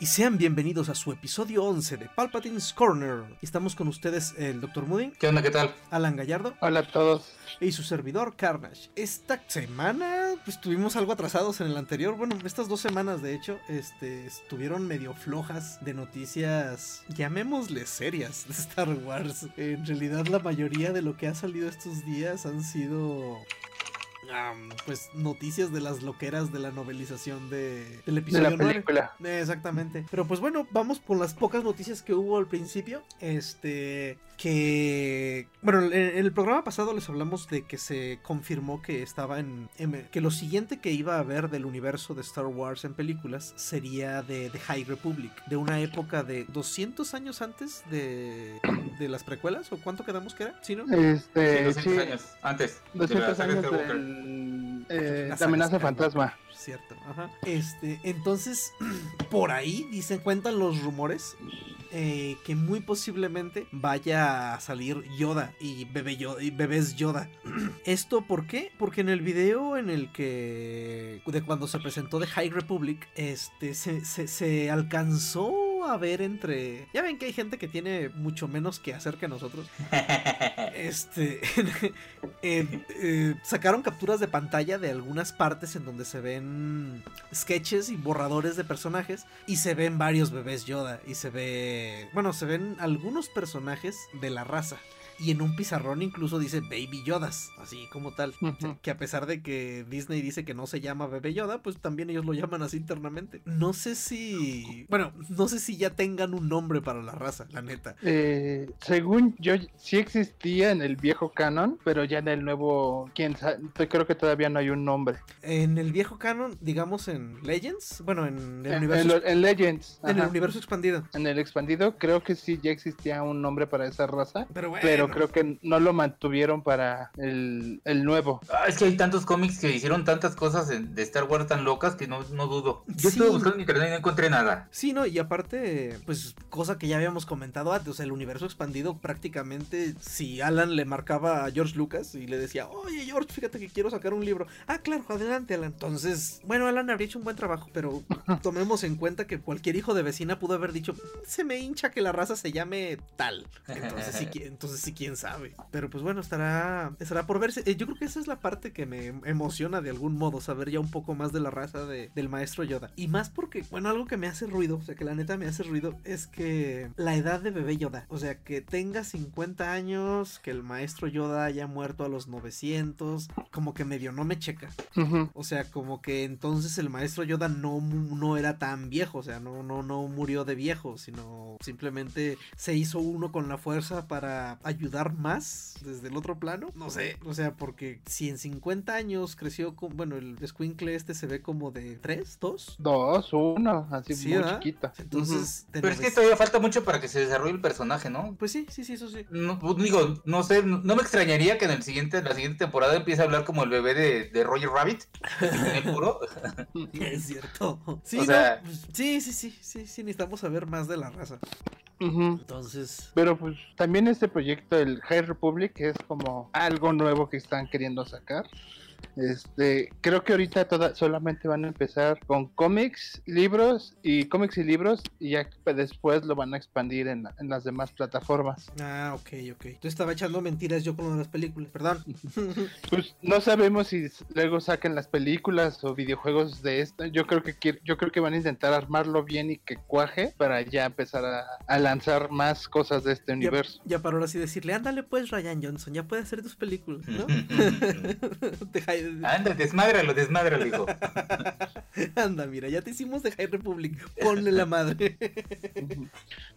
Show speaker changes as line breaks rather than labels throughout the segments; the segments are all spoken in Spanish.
Y sean bienvenidos a su episodio 11 de Palpatine's Corner. Estamos con ustedes el Dr. Moody,
¿Qué onda? ¿Qué tal?
Alan Gallardo
Hola a todos.
y su servidor Carnage. Esta semana pues tuvimos algo atrasados en el anterior. Bueno, estas dos semanas de hecho este, estuvieron medio flojas de noticias, llamémosle serias, de Star Wars. En realidad la mayoría de lo que ha salido estos días han sido... am, pues noticias de las loqueras de la novelización de, del
De
episodio
la
9.
película.
Eh, Exactamente. Pero pues bueno, vamos por las pocas noticias que hubo al principio. Este, que... Bueno, en en el programa pasado les hablamos de que se confirmó que estaba en... en- que lo siguiente que iba a haber del universo de Star Wars en películas sería de The High Republic, de una época de 200 años antes de, de las precuelas, o cuánto quedamos que era, ¿sí no?
Sí,
Este,
200
sí,
años antes. de la
200
saga
años
Skywalker.
del, eh,
La
de
saga
amenaza
Skywalker.
fantasma.
Cierto, ajá. Este, entonces, por ahí dicen, cuentan los rumores eh, que muy posiblemente vaya a salir Yoda y, bebé Yo- y bebés Yoda. ¿Esto por qué? Porque en el video en el que. de cuando se presentó de High Republic, este, se, se- se alcanzó a ver entre. Ya ven que hay gente que tiene mucho menos que hacer que nosotros. Este. eh, eh, sacaron capturas de pantalla de algunas partes en donde se ven sketches y borradores de personajes. Y se ven varios bebés Yoda. Y se ve. Bueno, se ven algunos personajes de la raza. Y en un pizarrón incluso dice Baby Yodas, así como tal.
Ujú.
Que a pesar de que Disney dice que no se llama Bebé Yoda, pues también ellos lo llaman así internamente. No sé si. Bueno, no sé si ya tengan un nombre para la raza, la neta.
Eh, según yo, sí existía en el viejo canon, pero ya en el nuevo, quién sabe, creo que todavía no hay un nombre.
En el viejo canon, digamos en Legends, bueno, en el
En, en
universo.
lo- en Legends,
en el
ajá.
universo expandido.
En el expandido, creo que sí ya existía un nombre para esa raza,
Pero bueno.
pero creo que no lo mantuvieron para el, el nuevo.
Ah, es que hay tantos cómics que hicieron tantas cosas en- de Star Wars tan locas que no, no dudo. Yo
Sí.
estuve buscando en internet y no encontré nada.
Sí, no, y aparte, pues cosa que ya habíamos comentado antes, o sea, el universo expandido prácticamente, si Alan le marcaba a George Lucas y le decía, oye George, fíjate que quiero sacar un libro, ah, claro, adelante Alan. Entonces, bueno, Alan habría hecho un buen trabajo, pero tomemos en cuenta que cualquier hijo de vecina pudo haber dicho, "Mm, se me hincha que la raza se llame tal. Entonces sí, qui- entonces sí, quién sabe. Pero pues bueno, estará, estará por verse. Eh, yo creo que esa es la parte que me em, emociona de algún modo, saber ya un poco más de la raza de- del maestro Yoda. Y más porque, bueno, algo que me hace ruido, o sea, que la neta me hace ruido, es que la edad de bebé Yoda, o sea, que tenga 50 años, que el maestro Yoda haya muerto a los 900, como que medio no me checa.
Ujú.
O sea, como que entonces el maestro Yoda no, mu- no era tan viejo, o sea, no, no, no murió de viejo, sino simplemente se hizo uno con la fuerza para ayudar más desde el otro plano. No sé, o sea, porque si en 50 años creció con, bueno, el squinkle este se ve como de 3, 2.
Dos, uno, así muy
¿verdad?
chiquita.
Entonces, de
Pero es que
900.
todavía falta mucho para que se desarrolle el personaje, ¿no?
Pues sí, sí, sí, eso sí.
No, pues, digo, no sé, no no me extrañaría que en el siguiente, la siguiente temporada empiece a hablar como el bebé de, de Roger Rabbit, en el puro.
Es cierto. Sí,
O
no,
sea-
pues, sí, sí, sí, sí, sí, necesitamos saber más de la raza.
Ujú.
Entonces,
Pero pues también este proyecto del High Republic es como algo nuevo que están queriendo sacar. Este, creo que ahorita toda- solamente van a empezar con cómics, libros y cómics y libros y ya pues, después lo van a expandir en, la- en las demás plataformas.
Ah, ok, ok. Yo estaba echando mentiras yo con lo de las películas, perdón.
Pues no sabemos si s- luego saquen las películas o videojuegos de esto. Yo creo que quier- yo creo que van a intentar armarlo bien y que cuaje para ya empezar a, a lanzar más cosas de este
ya,
universo.
ya para ahora sí decirle, ándale pues Ryan Johnson, ya puede hacer tus películas, ¿no? Deja- Ah.
Anda, desmádralo, desmádralo, hijo.
Anda, mira, ya te hicimos de High Republic. Ponle la madre.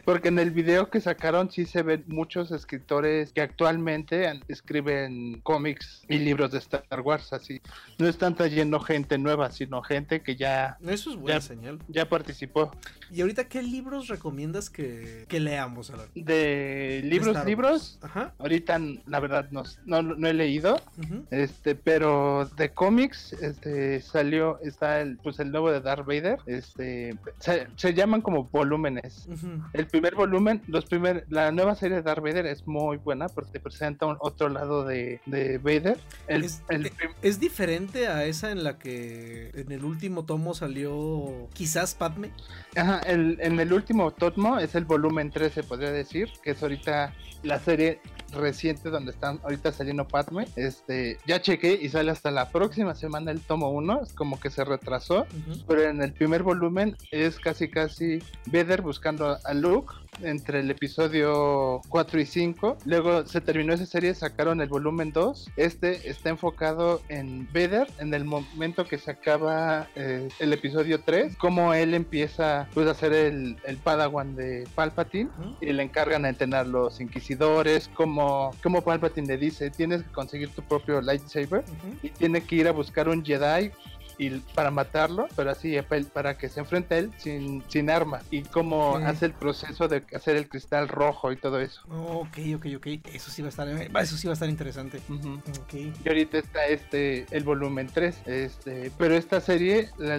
Porque en el video que sacaron sí se ven muchos escritores que actualmente an- escriben cómics y libros de Star Wars, así. No están trayendo gente nueva, sino gente que ya,
Eso es buena
Ya.
señal.
ya participó.
¿Y ahorita qué libros recomiendas que, que leamos, Alan?
De
De
libros,
Star Wars.
libros,
Ajá.
ahorita la verdad no, no, no he leído.
ujú.
Este, pero de cómics, este, salió, está el, pues el nuevo de Darth Vader, este, se, se llaman como volúmenes.
Ujú.
El primer volumen, los primer, la nueva serie de Darth Vader es muy buena porque te presenta un otro lado de, de Vader. El,
Es-
el
eh,
prim-
Es diferente a esa en la que en el último tomo salió quizás Padme.
ajá, el- en el último tomo es el volumen 13, podría decir, que es ahorita la serie reciente donde están ahorita saliendo Padme. Este, ya chequé y sale hasta la próxima semana el tomo 1, es como que se retrasó.
Ujú.
pero en el primer volumen es casi casi Vader buscando a Luke entre el episodio 4 y 5. Luego se terminó esa serie, sacaron el volumen 2. Este está enfocado en Vader en el momento que se acaba eh, el episodio 3, cómo él empieza pues, a ser el, el Padawan de Palpatine
Ujú.
y le encargan a entrenar los inquisidores, como, como Palpatine le dice, tienes que conseguir tu propio lightsaber
Ujú.
y tiene que ir a buscar un Jedi y, para matarlo, pero así pa- para que se enfrente a él sin, sin armas y cómo
Ok.
hace el proceso de hacer el cristal rojo y todo eso.
Ok, ok, ok. Eso sí va a estar, eso sí va a estar interesante.
Ujú.
Ok.
Y ahorita está este, el volumen 3. Este, pero esta serie la,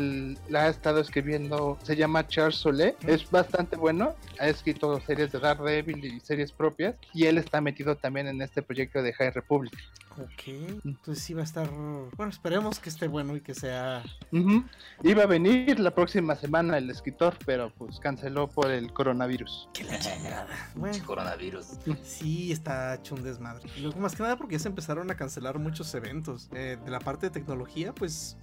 la ha estado escribiendo, se llama Charles Soule.
Ujú.
Es bastante bueno. Ha escrito series de Daredevil y series propias. Y él está metido también en este proyecto de High Republic.
Ok, entonces sí va a estar. Bueno, esperemos que esté bueno y que sea.
Ujú. Iba a venir la próxima semana el escritor, pero pues canceló por el coronavirus.
Que la chingada.
Pinche
Bueno,
Coronavirus.
sí, está hecho un desmadre. Y luego, más que nada porque ya se empezaron a cancelar muchos eventos. Eh, de la parte de tecnología, pues.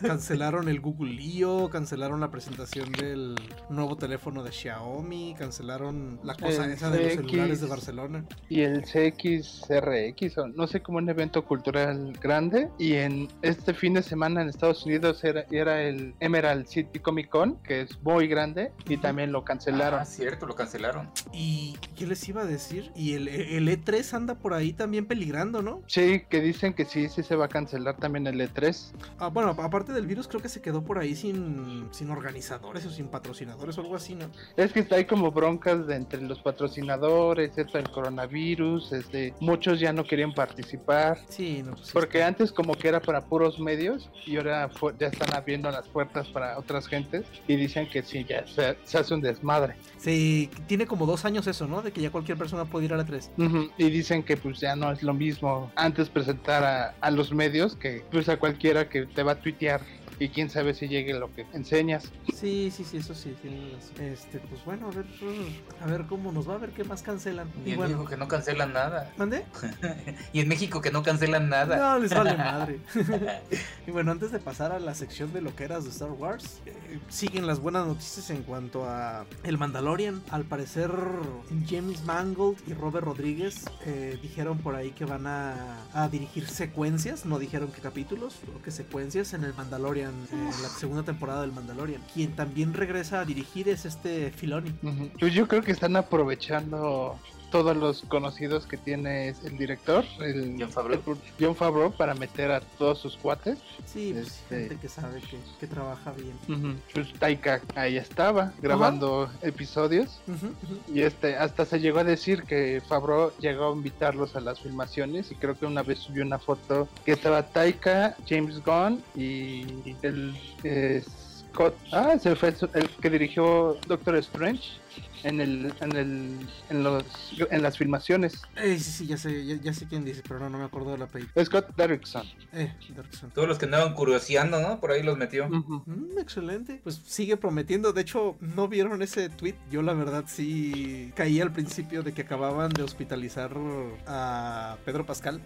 cancelaron el Google IO, cancelaron la presentación del nuevo teléfono de Xiaomi, cancelaron la cosa
El
esa de los
CX.
celulares de Barcelona.
Y el CXRX, o no sé cómo un evento cultural grande. Y en este fin de semana en Estados Unidos era, era el Emerald City Comic Con, que es muy grande, y también lo cancelaron.
Ah, cierto, lo cancelaron.
Y ¿qué les iba a decir? Y el, el E3 anda por ahí también peligrando, ¿no?
Sí, que dicen que sí, sí se va a cancelar también el E E3.
Ah, bueno, aparte del virus, creo que se quedó por ahí sin, sin organizadores o sin patrocinadores o algo así, ¿no?
Es que está- hay como broncas de entre los patrocinadores, esto del coronavirus, este, muchos ya no querían participar.
Sí, no, pues sí
Porque
está.
antes como que era para puros medios y ahora fu- ya están abriendo las puertas para otras gentes y dicen que sí, ya se, se hace un desmadre.
Sí, tiene como dos años eso, ¿no? De que ya cualquier persona puede ir a la E 3.
Ujú, Y dicen que pues ya no es lo mismo antes presentar a, a los medios que pues a cualquiera que te va a tuitear y quién sabe si llegue lo que enseñas.
Sí, sí, sí, eso sí, tiene razón. Este, pues bueno, a ver, a ver cómo nos va, a ver qué más cancelan.
Y
Y
en
bueno,
México que no cancelan nada.
¿mandé?
y en México que no cancelan nada.
No, les vale madre. Y bueno, antes de pasar a la sección de loqueras de Star Wars, eh, siguen las buenas noticias en cuanto a El Mandalorian. Al parecer, James Mangold y Robert Rodríguez eh, dijeron por ahí que van a, a dirigir secuencias, no dijeron que capítulos, o que secuencias en El Mandalorian, eh, en la segunda temporada del Mandalorian. Quien también regresa a dirigir es este Filoni.
Ujú. Pues yo creo que están aprovechando todos los conocidos que tiene el director, el,
Jon Favreau.
el- Jon Favreau, para meter a todos sus cuates.
Sí, pues,
Este-
gente que sabe que, que trabaja bien.
Pues Taika ahí estaba grabando episodios
Ujú, ujú.
y este hasta se llegó a decir que Favreau llegó a invitarlos a las filmaciones y creo que una vez subió una foto que estaba Taika, James Gunn y el eh, Scott, ah, se fue su- el que dirigió Doctor Strange en el en el en los en las filmaciones.
Eh, sí, sí, ya sé, ya, ya sé quién dice, pero no, no me acuerdo de la película.
Scott Derrickson.
Eh, Darkson.
Todos los que andaban curioseando, ¿no? Por ahí los metió.
Ujú.
Mm, excelente. Pues sigue prometiendo. De hecho, ¿no vieron ese tweet? Yo la verdad sí caí al principio de que acababan de hospitalizar a Pedro Pascal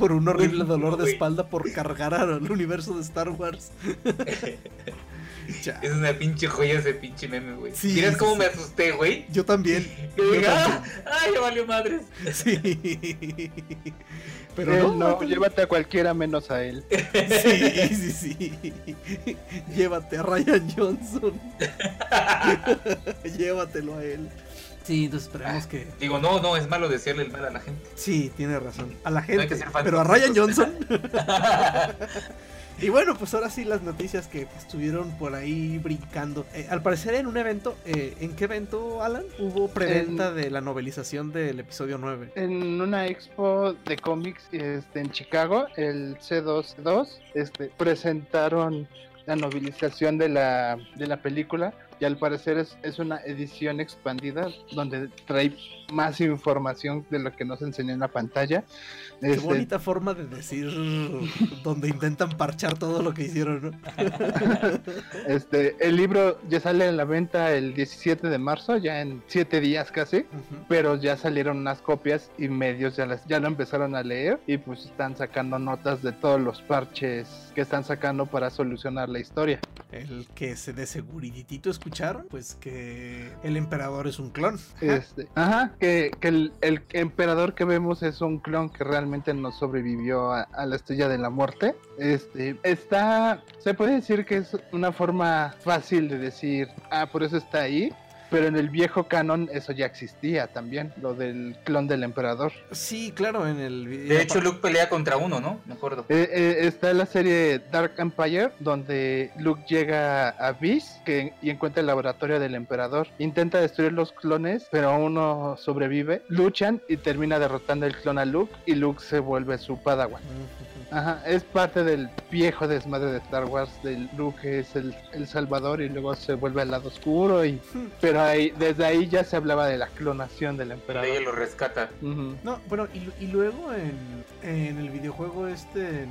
por un horrible dolor de
Güey.
espalda por cargar al universo de Star Wars. Ya.
Es una pinche joya ese pinche meme, güey.
Sí,
Miras
sí,
cómo
sí.
me asusté, güey.
Yo también.
Que
Yo
dije, ¡ah!
también.
¡Ay, ya valió madres!
Sí. Pero
Él
no,
Eh,
pues,
no,
Anthony.
llévate a cualquiera menos a él.
Sí, sí, sí. Llévate a Ryan Johnson. Llévatelo a él. Sí, entonces esperemos que.
Digo, no, no, es malo decirle el mal a la gente.
Sí, tiene razón. A la
hay que
gente.
ser fan
pero a
de
Ryan
nosotros.
Johnson. Y bueno, pues ahora sí las noticias que estuvieron por ahí brincando. Eh, al parecer en un evento, eh, ¿en qué evento, Alan? Hubo preventa de la novelización del episodio 9.
En una expo de cómics este, en Chicago, el C2-2, este, presentaron la novelización de la, de la película y al parecer es, es una edición expandida donde trae más información de lo que nos enseñó en la pantalla.
Qué
Este,
bonita forma de decir donde intentan parchar todo lo que hicieron, ¿no?
Este, el libro ya sale a la venta el 17 de marzo, ya en 7 días casi,
Ujú.
pero ya salieron unas copias y medios ya, las, ya lo empezaron a leer y pues están sacando notas de todos los parches que están sacando para solucionar la historia.
El que se de seguriditito escucharon, pues que el emperador es un clon.
Este, ajá, que, que el, el emperador que vemos es un clon que realmente no sobrevivió a, a la estrella de la muerte. Este, está, se puede decir que es una forma fácil de decir, ah, por eso está ahí. Pero en el viejo canon eso ya existía también, lo del clon del emperador.
Sí, claro, en el video.
De hecho, Luke pelea contra uno, ¿no? Me acuerdo.
Eh, eh, está la serie Dark Empire, donde Luke llega a Beast que, y encuentra el laboratorio del emperador. Intenta destruir los clones, pero uno sobrevive. Luchan y termina derrotando el clon a Luke y Luke se vuelve su padawan. Ajá, es parte del viejo desmadre de Star Wars, de Luke es el, el salvador y luego se vuelve al lado oscuro. Y, pero ahí, desde ahí ya se hablaba de la clonación del
Leia
emperador.
lo rescata.
Ujú.
No, bueno, y, lu- y luego en, en el videojuego este, en,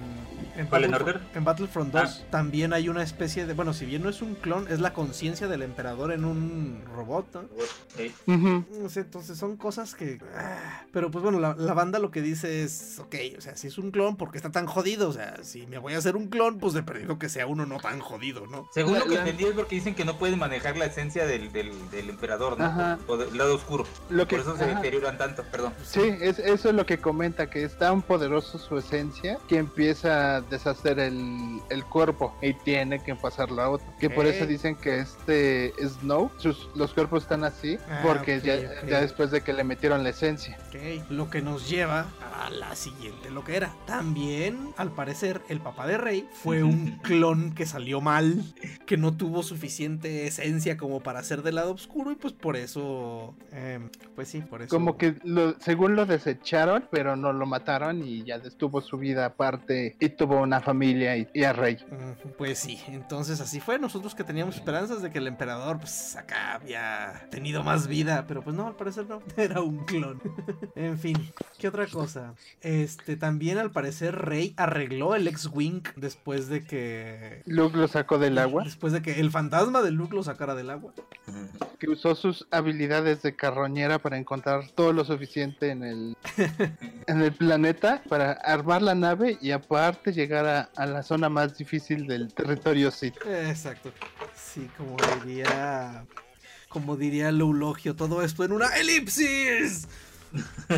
en,
¿Fallen
Battlefro-
Order?
en Battlefront
Ah.
2, también hay una especie de, bueno, si bien no es un clon, es la conciencia del emperador en un robot, ¿no?
Sí.
Ujú.
No sé, entonces son cosas que... ah, Pero pues bueno, la, la banda lo que dice es, ok, o sea, si es un clon, ¿por qué está tan jodido? O sea, si me voy a hacer un clon, pues de perdido que sea uno no tan jodido, ¿no?
Según
La-
lo que
la-
entendí es porque dicen que no pueden manejar la esencia del, del, del emperador, ¿no?
Ajá.
O del lado oscuro.
Lo que,
Por eso se
ajá.
deterioran tanto, perdón.
Sí, es, eso es lo que comenta, que es tan poderoso su esencia que empieza a deshacer el, el cuerpo y tiene que pasarlo a otro. Que por eso
Ok.
dicen que este Snow, sus, los cuerpos están así,
Ah,
porque
ok,
ya,
ok.
ya después de que le metieron la esencia.
Ok, lo que nos lleva a la siguiente lo que era. También, al parecer, el papá de Rey fue un clon que salió mal, que no tuvo suficiente esencia como para ser del lado oscuro y pues por eso... em, pues sí, por eso...
Como que lo- según lo desecharon, pero no lo mataron y ya estuvo su vida aparte y tuvo una familia y, y a Rey.
Ujú, Pues sí, entonces así fue. Nosotros que teníamos esperanzas de que el emperador, pues acá había tenido más vida, pero pues no, al parecer no, era un clon. en fin, ¿qué otra cosa? Este, también al parecer Rey arregló el ex-wing después de que.
Luke lo sacó del agua,
Después de que el fantasma de Luke lo sacara del agua.
que usó sus habilidades de carroñera para encontrar todo lo suficiente en el en el planeta para armar la nave y aparte llegar a, a la zona más difícil del territorio Sith.
Exacto. Sí, como diría. Como diría Loulogio, todo esto en una elipsis.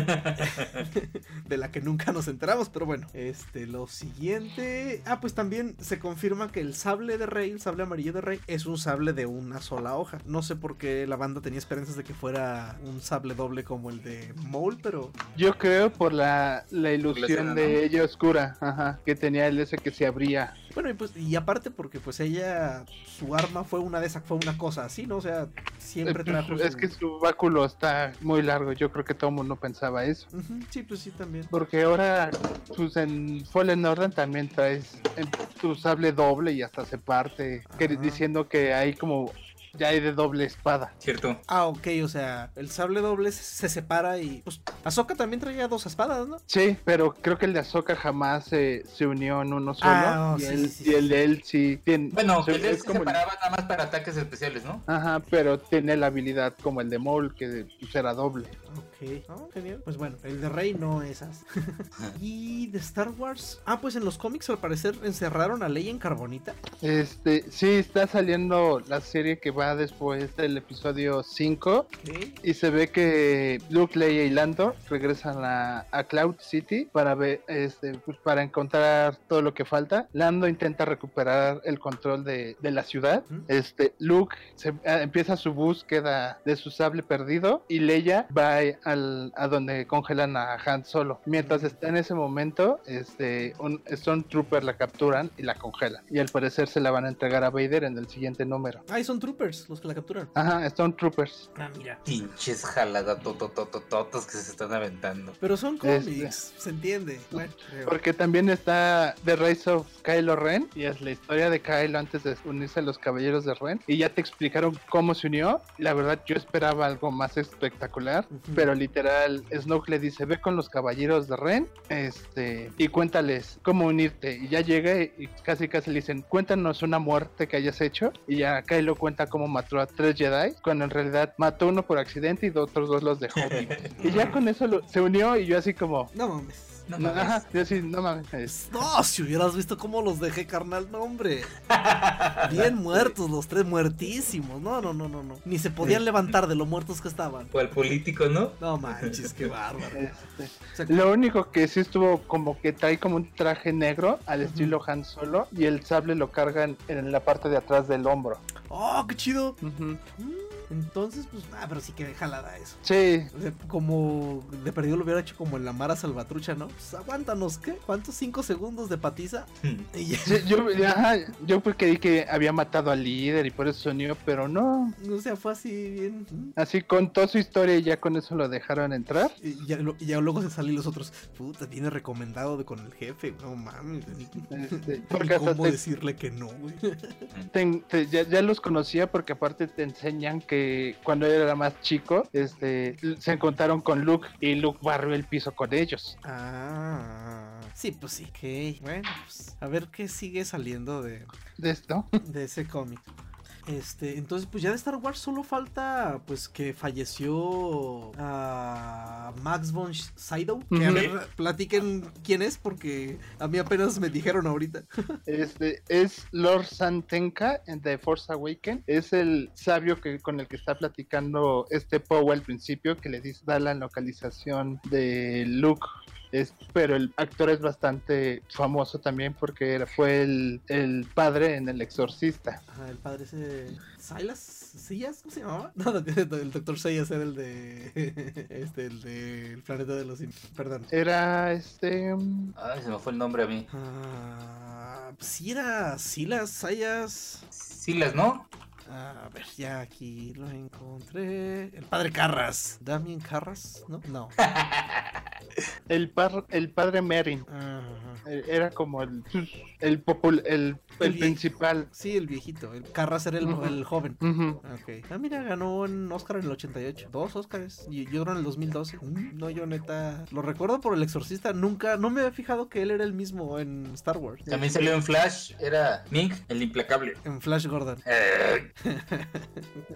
de la que nunca nos enteramos, pero bueno. Este, lo siguiente. Ah, pues también se confirma que el sable de rey, el sable amarillo de rey, es un sable de una sola hoja. No sé por qué la banda tenía esperanzas de que fuera un sable doble como el de Maul, pero.
Yo creo por la, la ilusión
escena,
de
¿no?
ella oscura, ajá, que tenía el ese que se abría.
Bueno, y pues, y aparte porque pues ella. Su arma fue una de esas, fue una cosa así, ¿no? O sea, siempre
Eh, pues,
trajo.
es
su-
que su báculo está muy largo, yo creo que todo el mundo pensaba eso.
Ujú, Sí, pues sí, también.
Porque ahora, pues en Fallen Order también traes eh, tu sable doble y hasta se parte, que-
Ajá.
diciendo que hay como, ya hay de doble espada.
Cierto.
Ah, ok, o sea, el sable doble se- se separa y. Pues Ahsoka también traía dos espadas, ¿no?
Sí, pero creo que el de Ahsoka jamás eh, se unió en uno solo.
Ah, no, sí,
y, el,
sí, sí,
y el
sí.
de él sí tiene.
Bueno,
se-
el de él
es
se
como el-
separaba nada más para ataques especiales, ¿no?
Ajá, pero tiene la habilidad como el de Maul, que pues, era doble.
Ok. Ah, genial. Pues bueno, el de Rey no es así. y de Star Wars. Ah, pues en los cómics al parecer encerraron a Leia en carbonita.
Este, sí, está saliendo la serie que va después del episodio 5.
Ok.
Y se ve que Luke, Leia y Lando regresan a, a Cloud City para ver, este, pues, para encontrar todo lo que falta. Lando intenta recuperar el control de, de la ciudad.
Ujú.
Este, Luke se- ah, empieza su búsqueda de su sable perdido y Leia va al, a donde congelan a Han Solo. Mientras está en ese momento, este, un Stormtrooper la capturan y la congelan. Y al parecer se la van a entregar a Vader en el siguiente número.
Ah, y son troopers los que la capturan.
Ajá, Stormtroopers.
Ah, mira.
Pinches jaladas totototototas que se están aventando.
Pero son
Este.
cómics, se entiende. Bueno, creo.
Porque también está The Rise of Kylo Ren y es la historia de Kylo antes de unirse a los Caballeros de Ren. Y ya te explicaron cómo se unió. La verdad, yo esperaba algo más espectacular.
Ujú.
Pero literal, Snoke le dice, ve con los caballeros de Ren, este, y cuéntales cómo unirte. Y ya llega y y casi casi le dicen, cuéntanos una muerte que hayas hecho. Y ya Kylo cuenta cómo mató a tres Jedi, cuando en realidad mató uno por accidente y de otros dos los dejó vivos. y ya con eso lo- se unió y yo así como...
No mames.
No
No,
mames.
ajá, yo así, no mames. este, es-
No, si hubieras visto cómo los dejé, carnal, no, hombre. Bien muertos, los tres muertísimos. No, no, no, no, no. Ni se podían levantar de lo muertos que estaban.
O al político, ¿no?
Pues,
No manches, qué bárbaro.
este,
O sea,
Lo único que sí estuvo como que trae como un traje negro al
Ujú.
estilo Han Solo y el sable lo cargan en la parte de atrás del hombro.
oh, qué chido.
Ujú.
Mm, Entonces, pues, ah, pero sí que jalada eso.
Sí,
O sea, como de perdido lo hubiera hecho como en la Mara Salvatrucha, ¿no? Pues aguántanos, ¿qué? ¿Cuántos cinco segundos de patiza? Y ya.
Sí, yo, ajá, yo pues creí que había matado al líder y por eso se unió, pero no.
O sea, fue así bien. mm,
Así contó su historia y ya con eso lo dejaron entrar.
Y ya, lo- y ya luego se salen los otros. Puta, viene recomendado de con el jefe. No mames. ni-
Este,
ni
porque hasta
¿Cómo
te-
decirle que no, güey?
te- te- ya, ya los conocía porque aparte te enseñan que cuando él era más chico, este, se encontraron con Luke y Luke barrió el piso con ellos.
Ah. Sí, pues sí. Ok. Bueno, pues a ver qué sigue saliendo de,
De esto.
de ese cómic. Este, entonces, pues ya de Star Wars solo falta, pues, que falleció ah, Max von Sch- Sydow. Que a
Ujú.
ver, platiquen quién es, porque a mí apenas me dijeron ahorita.
Este es Lord Santenka en The Force Awakens. Es el sabio que, con el que está platicando este Poe al principio, que le dice, da la localización de Luke. Es- pero el actor es bastante famoso también porque era- fue el, el padre en El Exorcista.
Ajá, Ah, el padre ese. ¿Silas? ¿Sillas? ¿Cómo se llamaba? No, no, el doctor Sayas era el de. Este, el de. El planeta de los. in- Perdón.
Era este. mm,
Ay, se me fue el nombre a mí.
Ah, sí, era Silas, Sayas.
Silas, ¿no?
A ver, ya aquí lo encontré. El padre Carras. ¿Damien Carras? ¿No? No.
El, par- el padre Merrin.
Ah,
Eh, Era como el, el, popul- el, el
El-
principal.
sí, el viejito. El Carras era el,
Ujú.
el joven.
Ujú.
Ok. Ah, mira, ganó un Oscar en el 88. Dos Oscars. Y yo creo en el 2012. Mm, No, yo neta. Lo recuerdo por El Exorcista. Nunca, no me había fijado que él era el mismo en Star Wars.
También salió en Flash. Era Mink, el implacable.
En Flash Gordon.
Eh,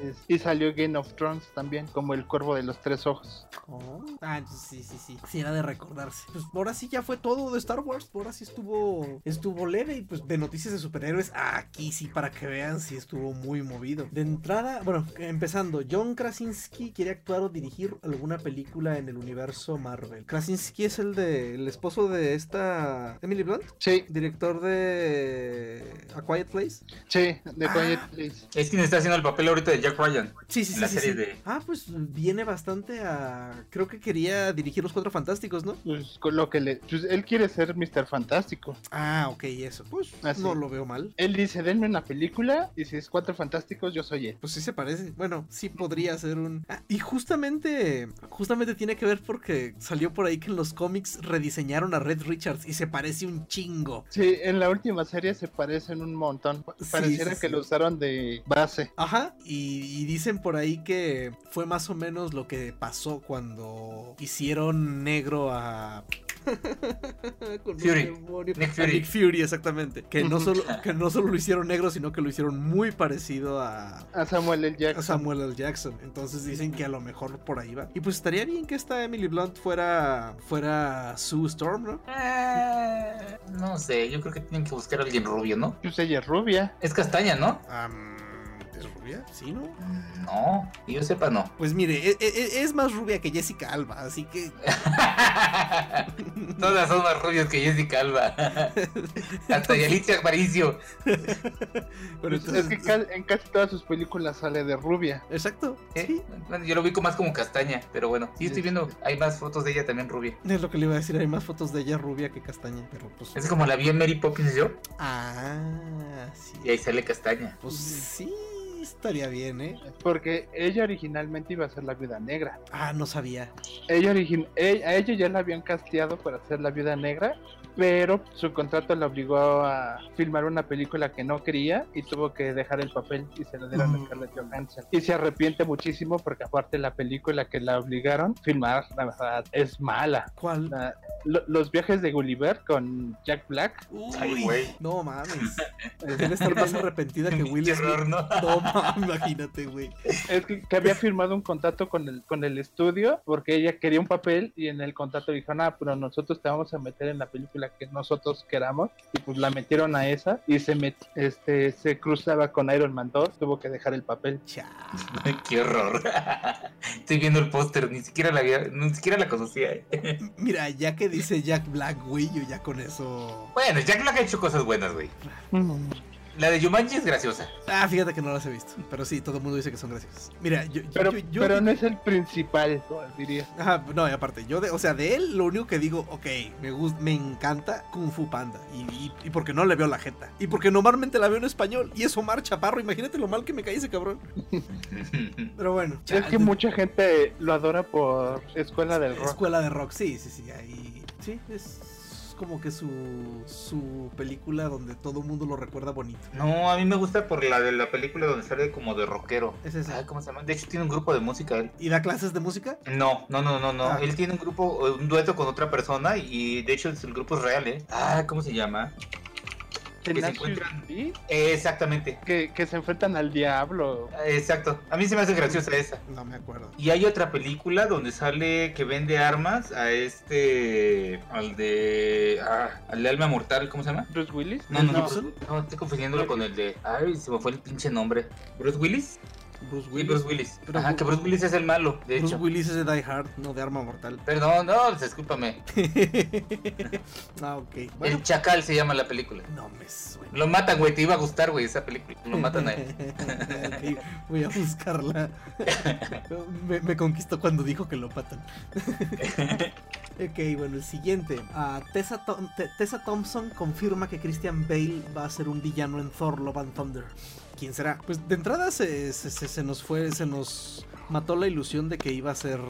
Es- Y salió Game of Thrones también, como el cuervo de los tres ojos.
Oh. Ah, entonces sí, sí, sí. Sí, era de recordarse. Pues ahora sí ya fue todo de Star Wars. Ahora sí estuvo. Estuvo leve. Y pues de noticias de superhéroes. Aquí sí, para que vean si estuvo muy movido. De entrada, bueno, empezando. John Krasinski quiere actuar o dirigir alguna película en el universo Marvel. Krasinski es el de. el esposo de esta. Emily Blunt.
Sí,
Director de. A Quiet Place.
Sí, de
Ah.
Quiet Place.
es quien está haciendo el papel ahorita de Jack Ryan.
Sí, sí, sí.
La
sí,
serie
sí.
de-
Ah, pues viene bastante a. Creo que quería dirigir Los Cuatro Fantásticos, ¿no?
Pues, con lo que le, pues, él quiere ser Mr. Fantástico.
Ah, ok, eso. Pues
Así.
no lo veo mal.
Él dice, denme una película y si es Cuatro Fantásticos, yo soy él.
Pues sí se parece. Bueno, sí podría ser un. Ah, y justamente. Justamente tiene que ver porque salió por ahí que en los cómics rediseñaron a Red Richards y se parece un chingo.
Sí, en la última serie se parecen un montón. Pa-
Sí,
Pareciera
sí,
que
sí.
lo usaron de base.
Ajá, y, y dicen por ahí que fue más o menos lo que pasó cuando hicieron negro a Con un
Fury.
demonio.
Nick
A
Fury.
Nick Fury, exactamente. Que no, solo, que no solo lo hicieron negro, sino que lo hicieron muy parecido a,
A Samuel L.
a
Jackson.
Samuel L. Jackson. Entonces dicen que a lo mejor por ahí va. Y pues estaría bien que esta Emily Blunt fuera, fuera Sue Storm, ¿no?
Eh, no sé, yo creo que tienen que buscar a alguien rubio, ¿no?
Pues ella es rubia.
Es castaña, ¿no?
Am, ¿Es rubia? Sí, ¿no?
Mm, No, que yo sepa, no.
Pues mire, e- e- e- es, más rubia que Jessica Alba, así que
Todas son más rubias que Jessica Alba. Hasta Yalitza Aparicio.
Pero
Pues es que
entonces-
ca- en casi todas sus películas sale de rubia.
Exacto,
¿eh?
sí.
Bueno, yo lo ubico más como castaña, pero bueno, sí estoy viendo, hay más fotos de ella también rubia.
Es lo que le iba a decir, hay más fotos de ella rubia que castaña, pero pues...
Es como la vi en Mary Poppins yo,
Ah, sí.
y ahí sale castaña.
Pues sí, estaría bien, ¿eh?
Porque ella originalmente iba a ser la viuda negra.
Ah, no sabía.
Ella origin- e- a ella ya la habían casteado para ser la viuda negra, pero su contrato la obligó a filmar una película que no quería y tuvo que dejar el papel y se la dieron
Mm.
a Scarlett Johansson. Y se arrepiente muchísimo porque aparte la película que la obligaron a filmar, la verdad, es mala.
¿Cuál?
La- lo- los viajes de Gulliver con Jack Black.
Ay,
Uy,
güey.
no mames. Debe
Es,
estar más arrepentida que Will
Qué
Smith.
horror, ¿no?
No mames, imagínate, güey.
es que, que había firmado un contrato con el, con el estudio porque ella quería un papel y en el contrato dijo, ah, pero nosotros te vamos a meter en la película que nosotros queramos. Y pues la metieron a esa y se, met- este, se cruzaba con Iron Man 2, tuvo que dejar el papel.
Cha.
Qué horror. Estoy viendo el póster, ni siquiera la había- ni siquiera la conocía. eh.
Mira, ya que dice Jack Black, güey, yo ya con eso.
Bueno, Jack Black ha hecho cosas buenas, güey. La de Jumanji es graciosa.
Ah, fíjate que no las he visto. Pero sí, todo el mundo dice que son graciosas. Mira, yo. yo-
Pero,
yo- yo-
pero no es el principal, diría.
Ajá, no, y aparte, yo de, o sea, de él lo único que digo, ok, me gusta, me encanta Kung Fu Panda. Y, y- y porque no le veo la jeta. Y porque normalmente la veo en español. Y es Omar Chaparro, imagínate lo mal que me cae ese cabrón. Pero bueno.
Es que mucha gente lo adora por Escuela del Rock.
Escuela de rock, sí, sí, sí. Ahí. Sí, es como que su, su película donde todo el mundo lo recuerda bonito.
No, a mí me gusta por la de la película donde sale como de rockero.
Es esa.
Ah, ¿Cómo se llama? De hecho, tiene un grupo de música él.
¿Y da clases de música?
No, no, no, no, no.
Ah.
Él tiene un grupo, eh, un dueto con otra persona y de hecho es- el grupo es real, ¿eh? Ah, ¿cómo se llama? Que se
Tenacious
encuentran-
D,
Eh, exactamente,
Que, que se enfrentan al diablo.
Ah, exacto. A mí se me hace graciosa esa.
No me acuerdo.
Y hay otra película donde sale que vende armas a este, al de, ah, al de Alma Mortal, ¿cómo se llama?
Bruce Willis.
No, no, no,
No.
Bruce- no, estoy confundiéndolo con el de, ay, se me fue el pinche nombre. ¿Bruce Willis?
Bruce
Sí,
Willis.
Bruce Willis.
Pero
Ajá,
Bruce-
que Bruce Willis es el malo, de
Bruce
hecho.
Willis es de Die Hard, no de Arma Mortal.
Perdón, no, discúlpame.
ah, ok. Bueno,
El Chacal se llama la película.
no me suena.
Lo matan, güey, te iba a gustar, güey, esa película. Lo matan a él.
Ok, voy a buscarla. me, me conquistó cuando dijo que lo matan. ok, bueno, el siguiente. Ah, Tessa, Thom- Te- Tessa Thompson confirma que Christian Bale va a ser un villano en Thor Love and Thunder. ¿Quién será? Pues de entrada se, se- se- se nos fue, se nos mató la ilusión de que iba a ser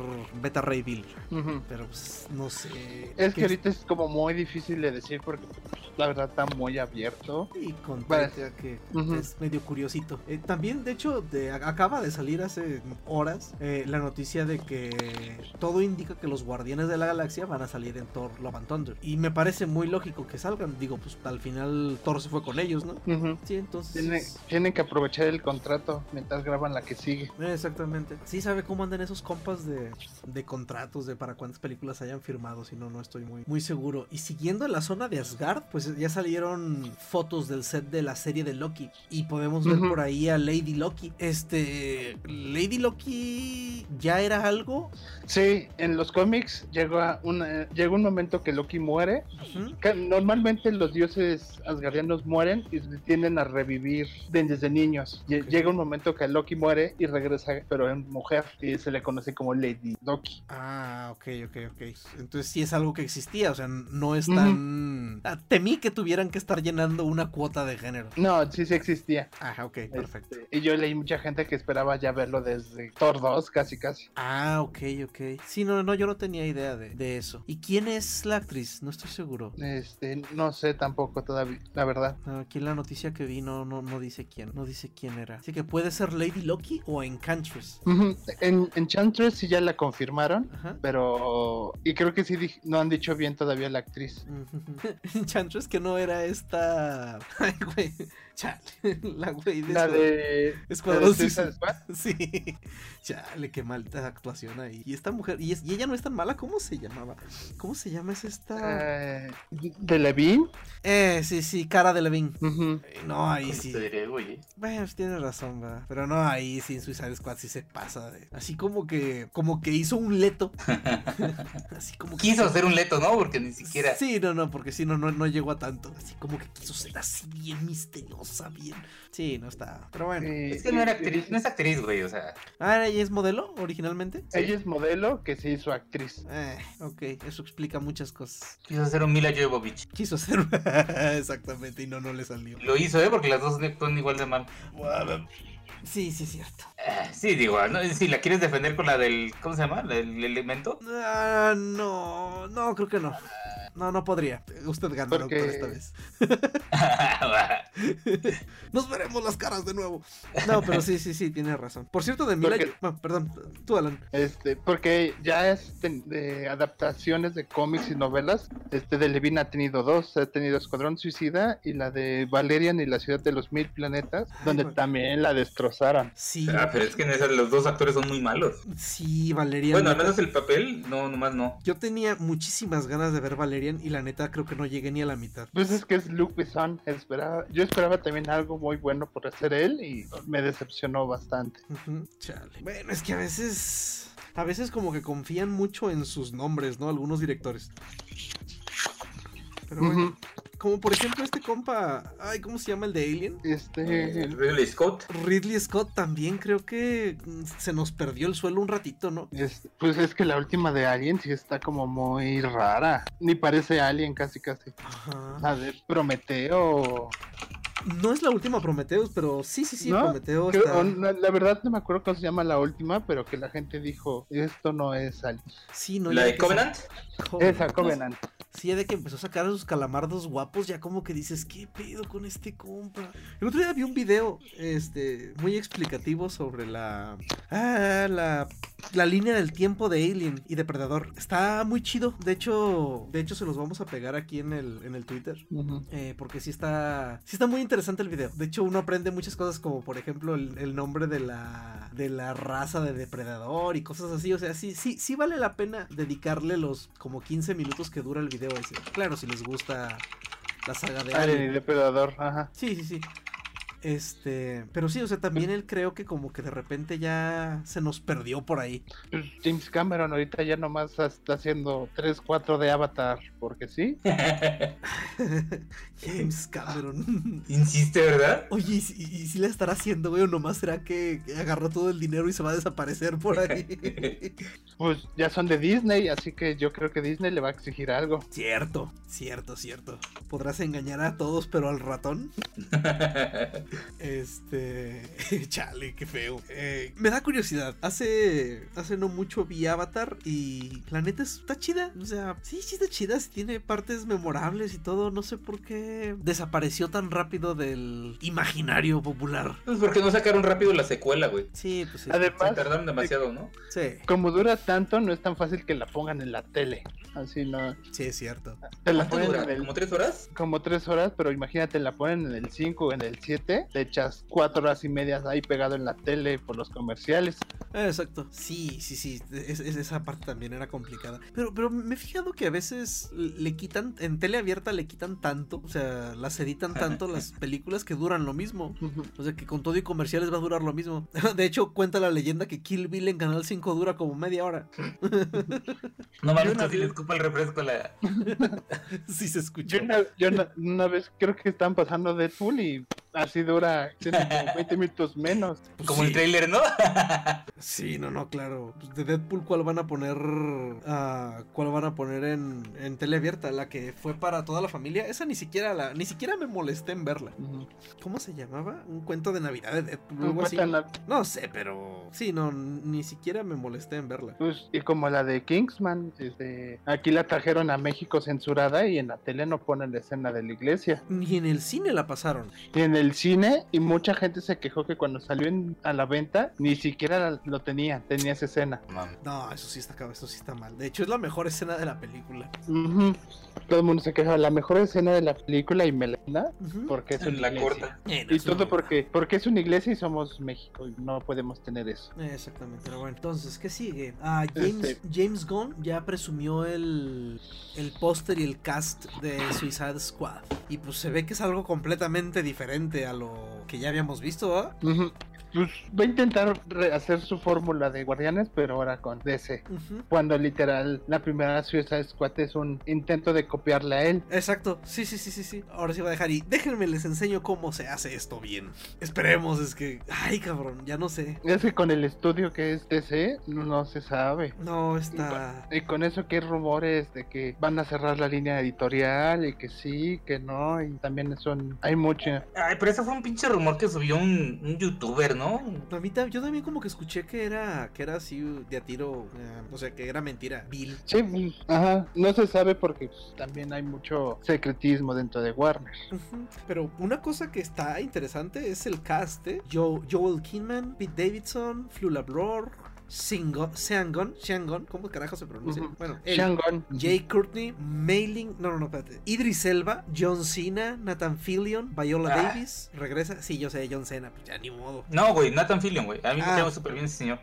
Beta Ray Bill.
Ujú.
Pero pues no sé.
Es que
¿Qué-
ahorita es como muy difícil de decir porque pues, la verdad está muy abierto.
Y con
Vale.
Taika, que
Ujú.
es medio curiosito. Eh, también, de hecho, de- a- acaba de salir hace horas eh, la noticia de que todo indica que los Guardianes de la Galaxia van a salir en Thor Love and Thunder. Y me parece muy lógico que salgan. Digo, pues al final Thor se fue con ellos, ¿no?
Ujú.
Sí, entonces...
Tiene- tienen que aprovechar el contrato mientras graban la que sigue.
Eh, Exactamente. Sí sabe cómo andan esos compas de, de contratos, de para cuántas películas hayan firmado, si no, no estoy muy, muy seguro. Y siguiendo en la zona de Asgard, pues ya salieron fotos del set de la serie de Loki y podemos ver
Ujú.
por ahí a Lady Loki. Este, Lady Loki ya era algo.
Sí, en los cómics llegó a una, llegó un momento que Loki muere.
Ujú.
Ca- Normalmente los dioses asgardianos mueren y se tienden a revivir de- desde niños. Lle-
Ok.
Llega un momento que Loki muere y regresa, pero en mujer, y se le conoce como Lady Loki.
Ah, ok, ok, ok. Entonces sí es algo que existía, o sea, no es tan... Ah, temí ni que tuvieran que estar llenando una cuota de género.
No, sí, sí existía.
Ajá, ok, perfecto.
Este, y yo leí mucha gente que esperaba ya verlo desde Thor 2, casi, casi.
Ah, ok, ok. Sí, no, no, yo no tenía idea de, de eso. ¿Y quién es la actriz? No estoy seguro.
Este, no sé tampoco todavía, la verdad.
No, Aquí en la noticia que vi no, no, no dice quién, no dice quién era. Así que puede ser Lady Loki o Enchantress.
Ujú, En Enchantress sí ya la confirmaron,
Ajá.
pero... Y creo que sí dij- no han dicho bien todavía la actriz.
Enchantress que no era esta... Ay, güey. Chale, la güey de...
La
Escuadrón-
de...
Escuadrón
la de Suicide Squad.
Sí. Chale, qué malta actuación ahí. Y esta mujer, y, es- y ella no es tan mala, ¿cómo se llamaba? ¿Cómo se llama es esta?
Eh, de Levine.
Eh, sí, sí, cara de Levin.
Ujú.
No, ahí sí.
Te diré, güey.
Bueno, pues tienes razón, va. Pero no, ahí sí en Suicide Squad sí se pasa. de- Así como que, como que hizo un leto. Así como que
Quiso hacer un leto, ¿no? Porque ni siquiera.
Sí, no, no, porque si no, no, no llegó a tanto. Así como que quiso ser así bien misteriosa, bien. Sí, no está. Pero bueno.
Eh,
Es que no era
y-
actriz, no es actriz, güey, o sea.
Ah, ¿ella es modelo originalmente?
Ella es modelo que se hizo actriz.
Eh, ok, eso explica muchas cosas.
Quiso hacer un Mila Jovovich.
Quiso hacer. Exactamente, y no, no le salió.
Lo hizo, ¿eh? Porque las dos son igual de mal.
Sí, sí, es cierto.
Ah, Sí, digo, ¿no? si la quieres defender con la del. ¿Cómo se llama? ¿La del elemento?
Ah, no, no, creo que no. No, no podría. Usted ganó,
Porque-
doctor, esta vez.
Ah,
Nos veremos las caras de nuevo. No, pero sí, sí, sí, tiene razón. Por cierto, de Mila.
Porque-
yo- ah, perdón, tú, Alan.
Este, porque ya es ten- de adaptaciones de cómics y novelas. Este de Levine ha tenido dos, ha tenido Escuadrón Suicida y la de Valerian y la ciudad de los mil planetas, donde
güey.
también la destrozaron.
Sí,
Ah, pero es que en esas los dos actores son muy malos.
sí, Valeria.
Bueno, al
neta.
menos el papel, no, nomás no.
Yo tenía muchísimas ganas de ver Valerian y la neta creo que no llegué ni a la mitad.
Pues es que es Luke Besson, esperaba, yo esperaba también algo muy bueno por hacer él y me decepcionó bastante.
Ujú, Chale. Bueno, es que a veces. A veces como que confían mucho en sus nombres, ¿no? Algunos directores. Pero bueno.
Ujú.
Como por ejemplo este compa. Ay, ¿cómo se llama el de Alien?
Este,
Ridley Scott.
Ridley Scott también creo que mm, se nos perdió el suelo un ratito, ¿no?
Este, pues es que la última de Alien sí está como muy rara. Ni parece Alien casi casi.
Ajá.
La de Prometeo.
No es la última Prometheus, pero sí, sí, sí,
¿No?
Prometeo
que-
está.
o no, la verdad no me acuerdo cómo se llama la última, pero que la gente dijo, esto no es Alien.
Sí, no
¿La
ya
de
que sa-
Covenant?
Covenant.
Esa Covenant.
Sí, ya de que empezó a sacar a sus calamardos guapos, ya como que dices, ¿qué pedo con este compa? El otro día vi un video este, muy explicativo sobre la, ah, la, la línea del tiempo de Alien y Depredador. Está muy chido. De hecho, de hecho se los vamos a pegar aquí en el, en el Twitter.
Ujú.
Eh, porque sí está, sí está muy interesante el video. De hecho, uno aprende muchas cosas como, por ejemplo, el, el nombre de la, de la raza de depredador y cosas así. O sea, sí, sí, sí vale la pena dedicarle los como 15 minutos que dura el video ese. Claro, si les gusta la saga de
Alien y
Alien.
Depredador, ajá.
Sí, sí, sí. Este, pero sí, o sea, también él creo que como que de repente ya se nos perdió por ahí.
Pues James Cameron ahorita ya nomás está haciendo 3, 4 de Avatar, porque sí.
James Cameron.
Insiste, ¿verdad?
Oye, ¿y, si- y si la estará haciendo, güey? ¿O nomás será que que agarró todo el dinero y se va a desaparecer por ahí?
Pues ya son de Disney, así que yo creo que Disney le va a exigir algo.
cierto, cierto, cierto. Podrás engañar a todos, pero al ratón. Este. Chale, qué feo. Eh, me da curiosidad. Hace. Hace no mucho vi Avatar y la neta está chida. O sea, sí, sí está chida. sí tiene partes memorables y todo. No sé por qué desapareció tan rápido del imaginario popular.
Pues porque no sacaron rápido la secuela, güey.
Sí, pues sí.
Se
Además,
tardaron demasiado, ¿no?
Sí,
como dura tanto, no es tan fácil que la pongan en la tele. Así no.
sí, es cierto.
Te la
¿Cuánto
ponen
dura?
en el-
¿Como tres horas?
como tres horas, pero imagínate, la ponen en el 5 o en el 7, te echas cuatro horas y medias ahí pegado en la tele por los comerciales.
Ah, Exacto. Sí, sí, sí. es- es- esa parte también era complicada. Pero, pero me he fijado que a veces le quitan, en tele abierta le quitan tanto, o sea, las editan tanto las películas que duran lo mismo. O sea, que con todo y comerciales va a durar lo mismo. De hecho, cuenta la leyenda que Kill Bill en Canal 5 dura como media hora.
No mames,
una
casi
vez-
le escupa el refresco a la.
Si se escuchó.
Yo, una, yo una- una vez creo que estaban pasando Deadpool y Así dura, tiene como 20 minutos menos.
Pues
Como
sí.
el trailer, ¿no?
Sí, no, no, claro. Pues De Deadpool, ¿cuál van a poner? ah, ¿Cuál van a poner en, en tele abierta? La que fue para toda la familia. Esa ni siquiera la, ni siquiera me molesté en verla. ¿Cómo se llamaba? Un cuento de Navidad de Deadpool.
Pues
algo así.
cuentan la-
No sé, pero sí, no, ni siquiera me molesté en verla.
pues, y como la de Kingsman, este, aquí la trajeron a México censurada y en la tele no ponen la escena de la iglesia.
Ni en el cine la pasaron.
Y en el cine, y mucha gente se quejó que cuando salió en- a la venta, ni siquiera la- lo tenía, tenía esa escena.
Mam,
No, eso sí está cab- eso sí está mal. De hecho, es la mejor escena de la película.
Ujú. Todo el mundo se quejaba, la mejor escena de la película y me la ¿no?
Ujú.
porque es una
La
iglesia.
corta.
Eh, no,
Y
es una-
todo porque, porque es una iglesia y somos México y no podemos tener eso.
Eh, Exactamente, pero bueno. Entonces, ¿qué sigue? Ah, James,
Este-
James Gunn ya presumió el, el póster y el cast de Suicide Squad. Y pues se ve que es algo completamente diferente a lo que ya habíamos visto, ¿ah?
Pues va a intentar rehacer su fórmula de Guardianes, pero ahora con DC.
Ujú.
Cuando literal la primera Suicide Squad es un intento de copiarle a él.
Exacto, sí, sí, sí, sí, sí. Ahora sí va a dejar y déjenme les enseño cómo se hace esto bien. Esperemos, es que... Ay, cabrón, ya no sé.
Es que con el estudio que es DC no, no se sabe.
No, está...
Y con eso que hay rumores de que van a cerrar la línea editorial y que sí, que no, y también son... Hay mucha...
Ay, pero eso fue un pinche rumor que subió un, un youtuber, ¿no?
A mí ta- yo también como que escuché que era que era así de a tiro, eh, o sea, que era mentira. Bill.
Sí, pues, ajá, no se sabe porque pues, también hay mucho secretismo dentro de Warner.
Ujú. Pero una cosa que está interesante es el cast, ¿eh? Jo- Joel Kinman, Pete Davidson, Flew Labror, Singo, Seangon, Seangon, ¿cómo carajo se pronuncia?
Ujú.
Bueno, él,
Shangon.
Jay Courtney, Mailing, no, no, no, espérate. Idris Elba, John Cena, Nathan Fillion, Viola
Ah.
Davis, regresa. Sí, yo sé, John Cena, pues ya ni modo.
No, güey, Nathan Fillion, güey. A mí
Ah.
me quedó súper bien ese señor.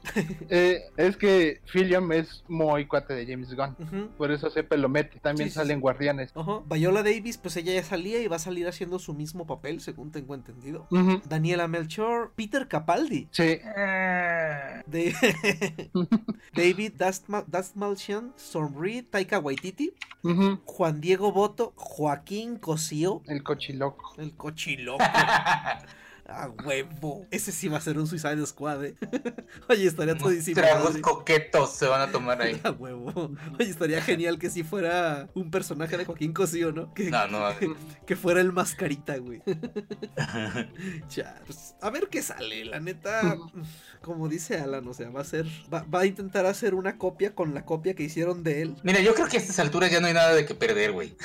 Eh, es que Fillion es muy cuate de James Gunn.
Ujú.
Por eso siempre lo mete. También
Sí, sí,
salen
sí.
guardianes.
Ajá. Viola Davis, pues ella ya salía y va a salir haciendo su mismo papel, según tengo entendido.
Ujú.
Daniela Melchor, Peter Capaldi,
Sí.
Eh,
de- David Dastma- Dastmalchian, Storm Reed, Taika Waititi,
Ujú.
Juan Diego Boto, Joaquín Cosío,
El cochiloco.
el cochiloco. A huevo. Ese sí va a ser un Suicide Squad, eh. Oye, estaría todo
unos tragos
disimulado.
coquetos se van a tomar ahí.
A huevo. Oye, estaría genial que si fuera un personaje de Joaquín Cosío, ¿no? Que,
No, no, güey.
que fuera el mascarita, güey. Ya, pues, a ver qué sale, la neta, como dice Alan, o sea, va a ser, va, va a intentar hacer una copia con la copia que hicieron de él.
Mira, yo creo que a estas alturas ya no hay nada de que perder, güey.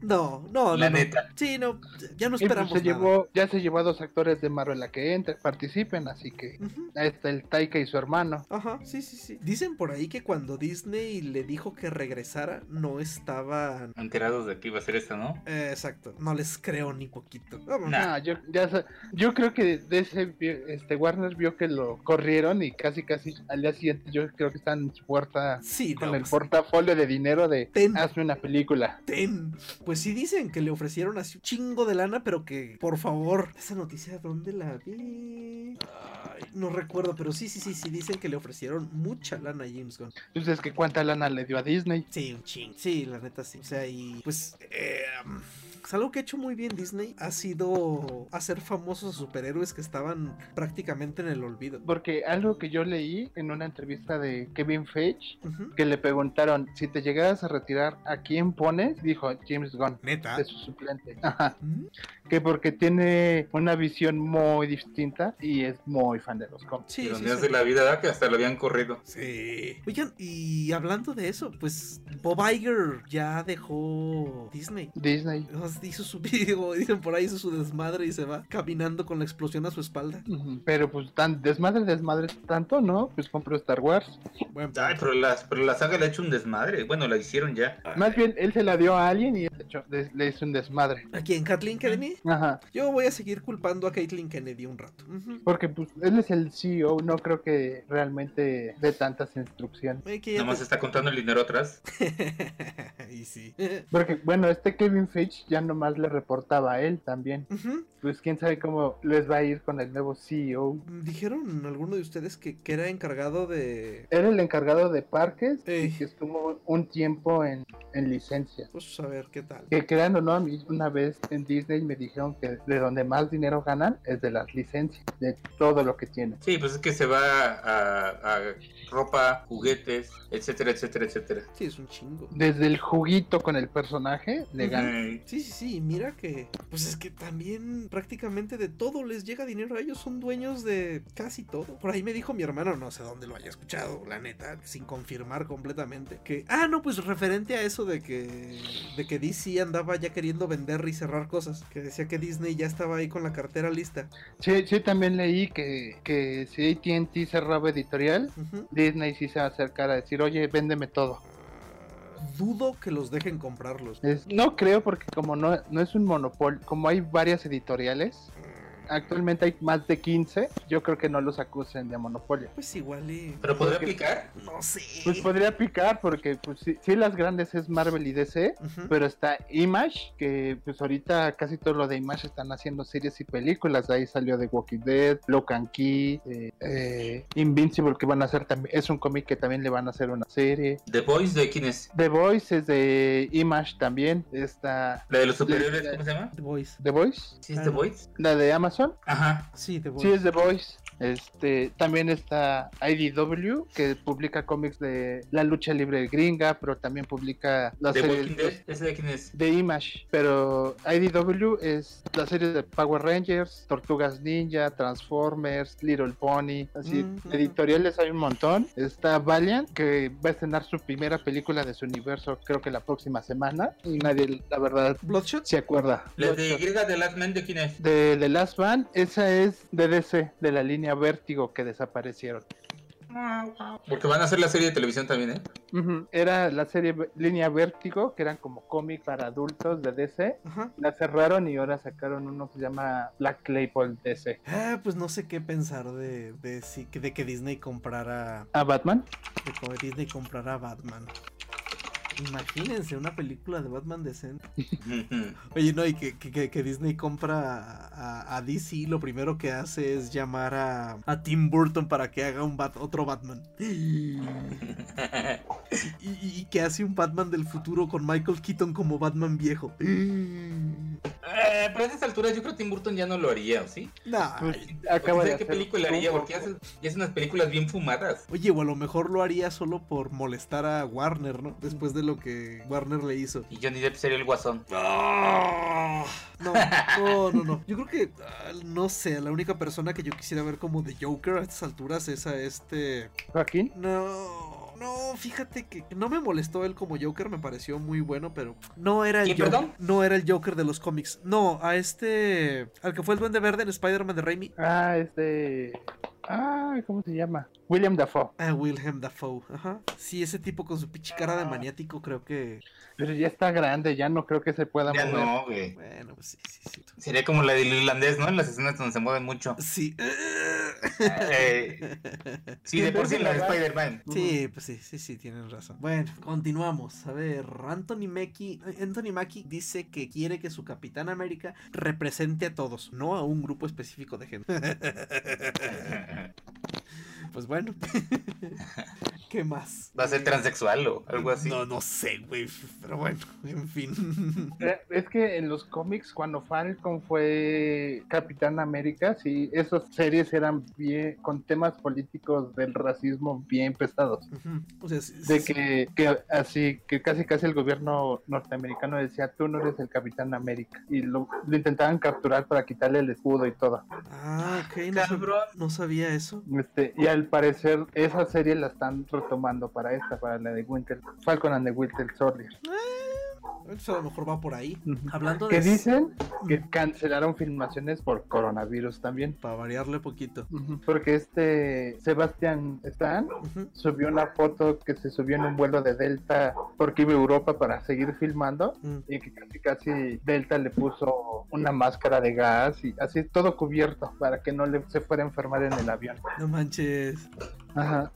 No, no, no,
La
no.
neta.
Sí, no, ya no
Y pues
esperamos
se
nada.
llevó, ya se llevó a dos actores de Marvel a que entren, participen, así que
Ujú.
ahí está el Taika y su hermano.
Ajá, sí, sí, sí. Dicen por ahí que cuando Disney le dijo que regresara, no estaban...
Enterados de que iba a ser esta, ¿no?
eh, exacto, no les creo ni poquito. Vamos.
Nah.
Ah, yo, ya sa- yo creo que de ese vi- este Warner vio que lo corrieron y casi casi al día siguiente yo creo que están en su puerta
Sí,
con
no,
el
pues,
portafolio de dinero de
Ten.
hazme una película.
ten. Pues sí dicen que le ofrecieron así un chingo de lana, pero que, por favor, esa noticia, ¿dónde la vi? Ay, no recuerdo, pero sí, sí, sí, sí dicen que le ofrecieron mucha lana a James Gunn.
Entonces que cuánta lana le dio a Disney.
Sí, un ching. Sí, la neta sí. O sea, y pues... eh, um, pues, algo que ha hecho muy bien Disney ha sido hacer famosos superhéroes que estaban prácticamente en el olvido.
Porque algo que yo leí en una entrevista de Kevin Feige,
Ujú.
que le preguntaron, si te llegaras a retirar, ¿a quién pones? Dijo James Gunn,
Neta.
de su suplente. Ajá.
Mm,
Que porque tiene una visión muy distinta y es muy fan de los cómics.
Sí,
y
sí,
donde
sí.
hace la vida, ¿verdad? que hasta lo habían corrido.
Sí. Oigan, y hablando de eso, pues Bob Iger ya dejó Disney.
Disney.
Nos Hizo su video, dicen por ahí, hizo su desmadre y se va caminando con la explosión a su espalda.
Ujú, Pero pues tan desmadre, desmadre tanto, ¿no? Pues compró Star Wars.
Buen
Ay,
punto.
pero, las, pero la saga le ha hecho un desmadre. Bueno, la hicieron ya.
Más bien, él se la dio a alguien y de hecho, le, le hizo un desmadre.
Aquí en Kathleen Kennedy,
Ajá.
yo voy a seguir culpando a Caitlyn Kennedy un rato. Ujú.
Porque pues él es el CEO, no creo que realmente dé tantas instrucciones.
Oye, Eh, que ya
Nomás
te-
está contando el dinero atrás.
y sí.
Porque, bueno, este Kevin Feige ya nomás le reportaba a él también.
Ujú.
Pues quién sabe cómo les va a ir con el nuevo E CEO.
Dijeron alguno de ustedes que, que era encargado de.
Era el encargado de parques
Ey.
y que estuvo un tiempo en, en licencia.
Pues a ver qué tal.
Que crean o no, a mí una vez en Disney me dijeron que de donde más dinero ganan es de las licencias, de todo lo que tienen.
Sí, pues es que se va a, a ropa, juguetes, etcétera, etcétera, etcétera.
Sí, es un chingo.
Desde el juguito con el personaje le
Ujú.
ganan.
Ay,
Sí, sí, sí, mira que. Pues es que también prácticamente de todo les llega dinero a ellos, son dueños de casi todo. Por ahí me dijo mi hermano, no sé dónde lo haya escuchado, la neta, sin confirmar completamente. Que. Ah, no, pues referente a eso de que. de que DC andaba ya queriendo vender y cerrar cosas. Que decía que Disney ya estaba ahí con la cartera lista.
Sí, sí, también leí que, que si ATT cerraba editorial,
Ujú.
Disney sí se va a acercar a decir, oye, véndeme todo.
Dudo que los dejen comprarlos.
Es- no creo porque como no, no es un monopolio, como hay varias editoriales, actualmente hay más de 15, yo creo que no los acusen de monopolio.
Pues igual y.
¿Pero podría aplicar?
No sé.
Pues podría picar porque pues, sí, sí las grandes es Marvel y DC,
Ujú.
pero está Image, que pues ahorita casi todo lo de Image están haciendo series y películas, de ahí salió The Walking Dead, Locan Key, eh, eh, Invincible que van a hacer también, es un cómic que también le van a hacer una serie.
¿The Boys de quién es?
The Voice es de Image también, está
¿La de los superiores? ¿Cómo se llama?
The Voice.
The Voice,
¿Sí es The Boys?
la de Amazon,
Ajá.
Sí, The Voice.
sí es The Voice. Este, también está IDW, que publica cómics de la lucha libre gringa, pero también publica las
¿The
series
Walking Dead? ¿Ese de quién es?
de Image, pero IDW es la serie de Power Rangers, Tortugas Ninja, Transformers, Little Pony, así
Mm,
editoriales hay un montón. Está Valiant que va a estrenar su primera película de su universo, creo que la próxima semana y nadie la verdad
Bloodshot.
se acuerda.
¿La de Griega de Last Man de quién es?
De The Last Van, esa es de DC, de la línea Vértigo que desaparecieron.
Porque van a hacer la serie de televisión también, ¿eh?
Ujú, Era la serie Ve- línea Vértigo, que eran como cómics para adultos de DC,
Ajá.
La cerraron y ahora sacaron uno que se llama Black Claypole DC.
Ah, pues no sé qué pensar de, de, si- de que Disney comprara.
¿A Ah, Batman?
De que Disney comprara a Batman. Imagínense una película de Batman decente.
Ujú.
Oye, no, y que, que- que- que Disney compra a, a- a DC, lo primero que hace es llamar a, a Tim Burton para que haga un Bat- otro Batman. Y, y- y que hace un Batman del futuro con Michael Keaton como Batman viejo.
Eh, pero a estas alturas yo creo que Tim Burton ya no lo haría, ¿o ¿sí?
Nah,
Acaba
¿Sabe
de
qué
hacer
película haría? Porque
Dumbo.
hace, ya hace unas películas bien fumadas.
Oye, o a lo mejor lo haría solo por molestar a Warner, ¿no? Después de lo que Warner le hizo.
Y Johnny Depp sería el guasón.
¡Ah!
No, no, no, no. Yo creo que, ah, no sé, la única persona que yo quisiera ver como de Joker a estas alturas es a este...
Joaquín.
No, no, fíjate que no me molestó él como Joker, me pareció muy bueno, pero no era el
¿Quién,
Joker.
perdón?
No era el Joker de los cómics. No, a este... Al que fue el duende verde en Spider-Man de Raimi.
Ah, este. Ah, ¿cómo se llama? William Dafoe.
A Ah, Wilhelm Dafoe. Ajá. Sí, ese tipo con su pinche cara de maniático creo que...
Pero ya está grande, ya no creo que se pueda
Ya
mover.
no, güey.
Bueno, pues sí, sí, sí.
Sería como la del irlandés, ¿no? En las escenas donde se mueven mucho.
Sí.
Eh, sí, de por sí en la de Spider-Man.
Sí, pues sí, sí, sí, tienen razón. Bueno, continuamos. A ver, Anthony Mackie, Anthony Mackie dice que quiere que su Capitán América represente a todos, no a un grupo específico de gente. Pues bueno. ¿Qué más?
Va a ser transexual o algo así.
No, no sé, güey, pero bueno, en fin.
Eh, Es que en los cómics, cuando Falcon fue Capitán América, sí, esas series eran bien, con temas políticos del racismo bien pesados.
Ujú. O sea, sí,
de
sí,
que, que así que casi casi el gobierno norteamericano decía tú no eres el Capitán América y lo, lo intentaban capturar para quitarle el escudo y todo
Ah, ok, no, sab-
Cabrón.
no sabía eso.
este, y al parecer esa serie la están retomando para esta para la de Winter Falcon and the Winter Soldier
Entonces a lo mejor va por ahí.
Ujú.
Hablando de...
que dicen que cancelaron filmaciones por coronavirus también.
Para variarle poquito.
Ujú, Porque este Sebastián Stan
Ujú.
subió una foto que se subió en un vuelo de Delta porque iba a Europa para seguir filmando
Mm.
y que casi casi Delta le puso una máscara de gas y así todo cubierto para que no le se fuera a enfermar en el avión.
No manches.
Ajá.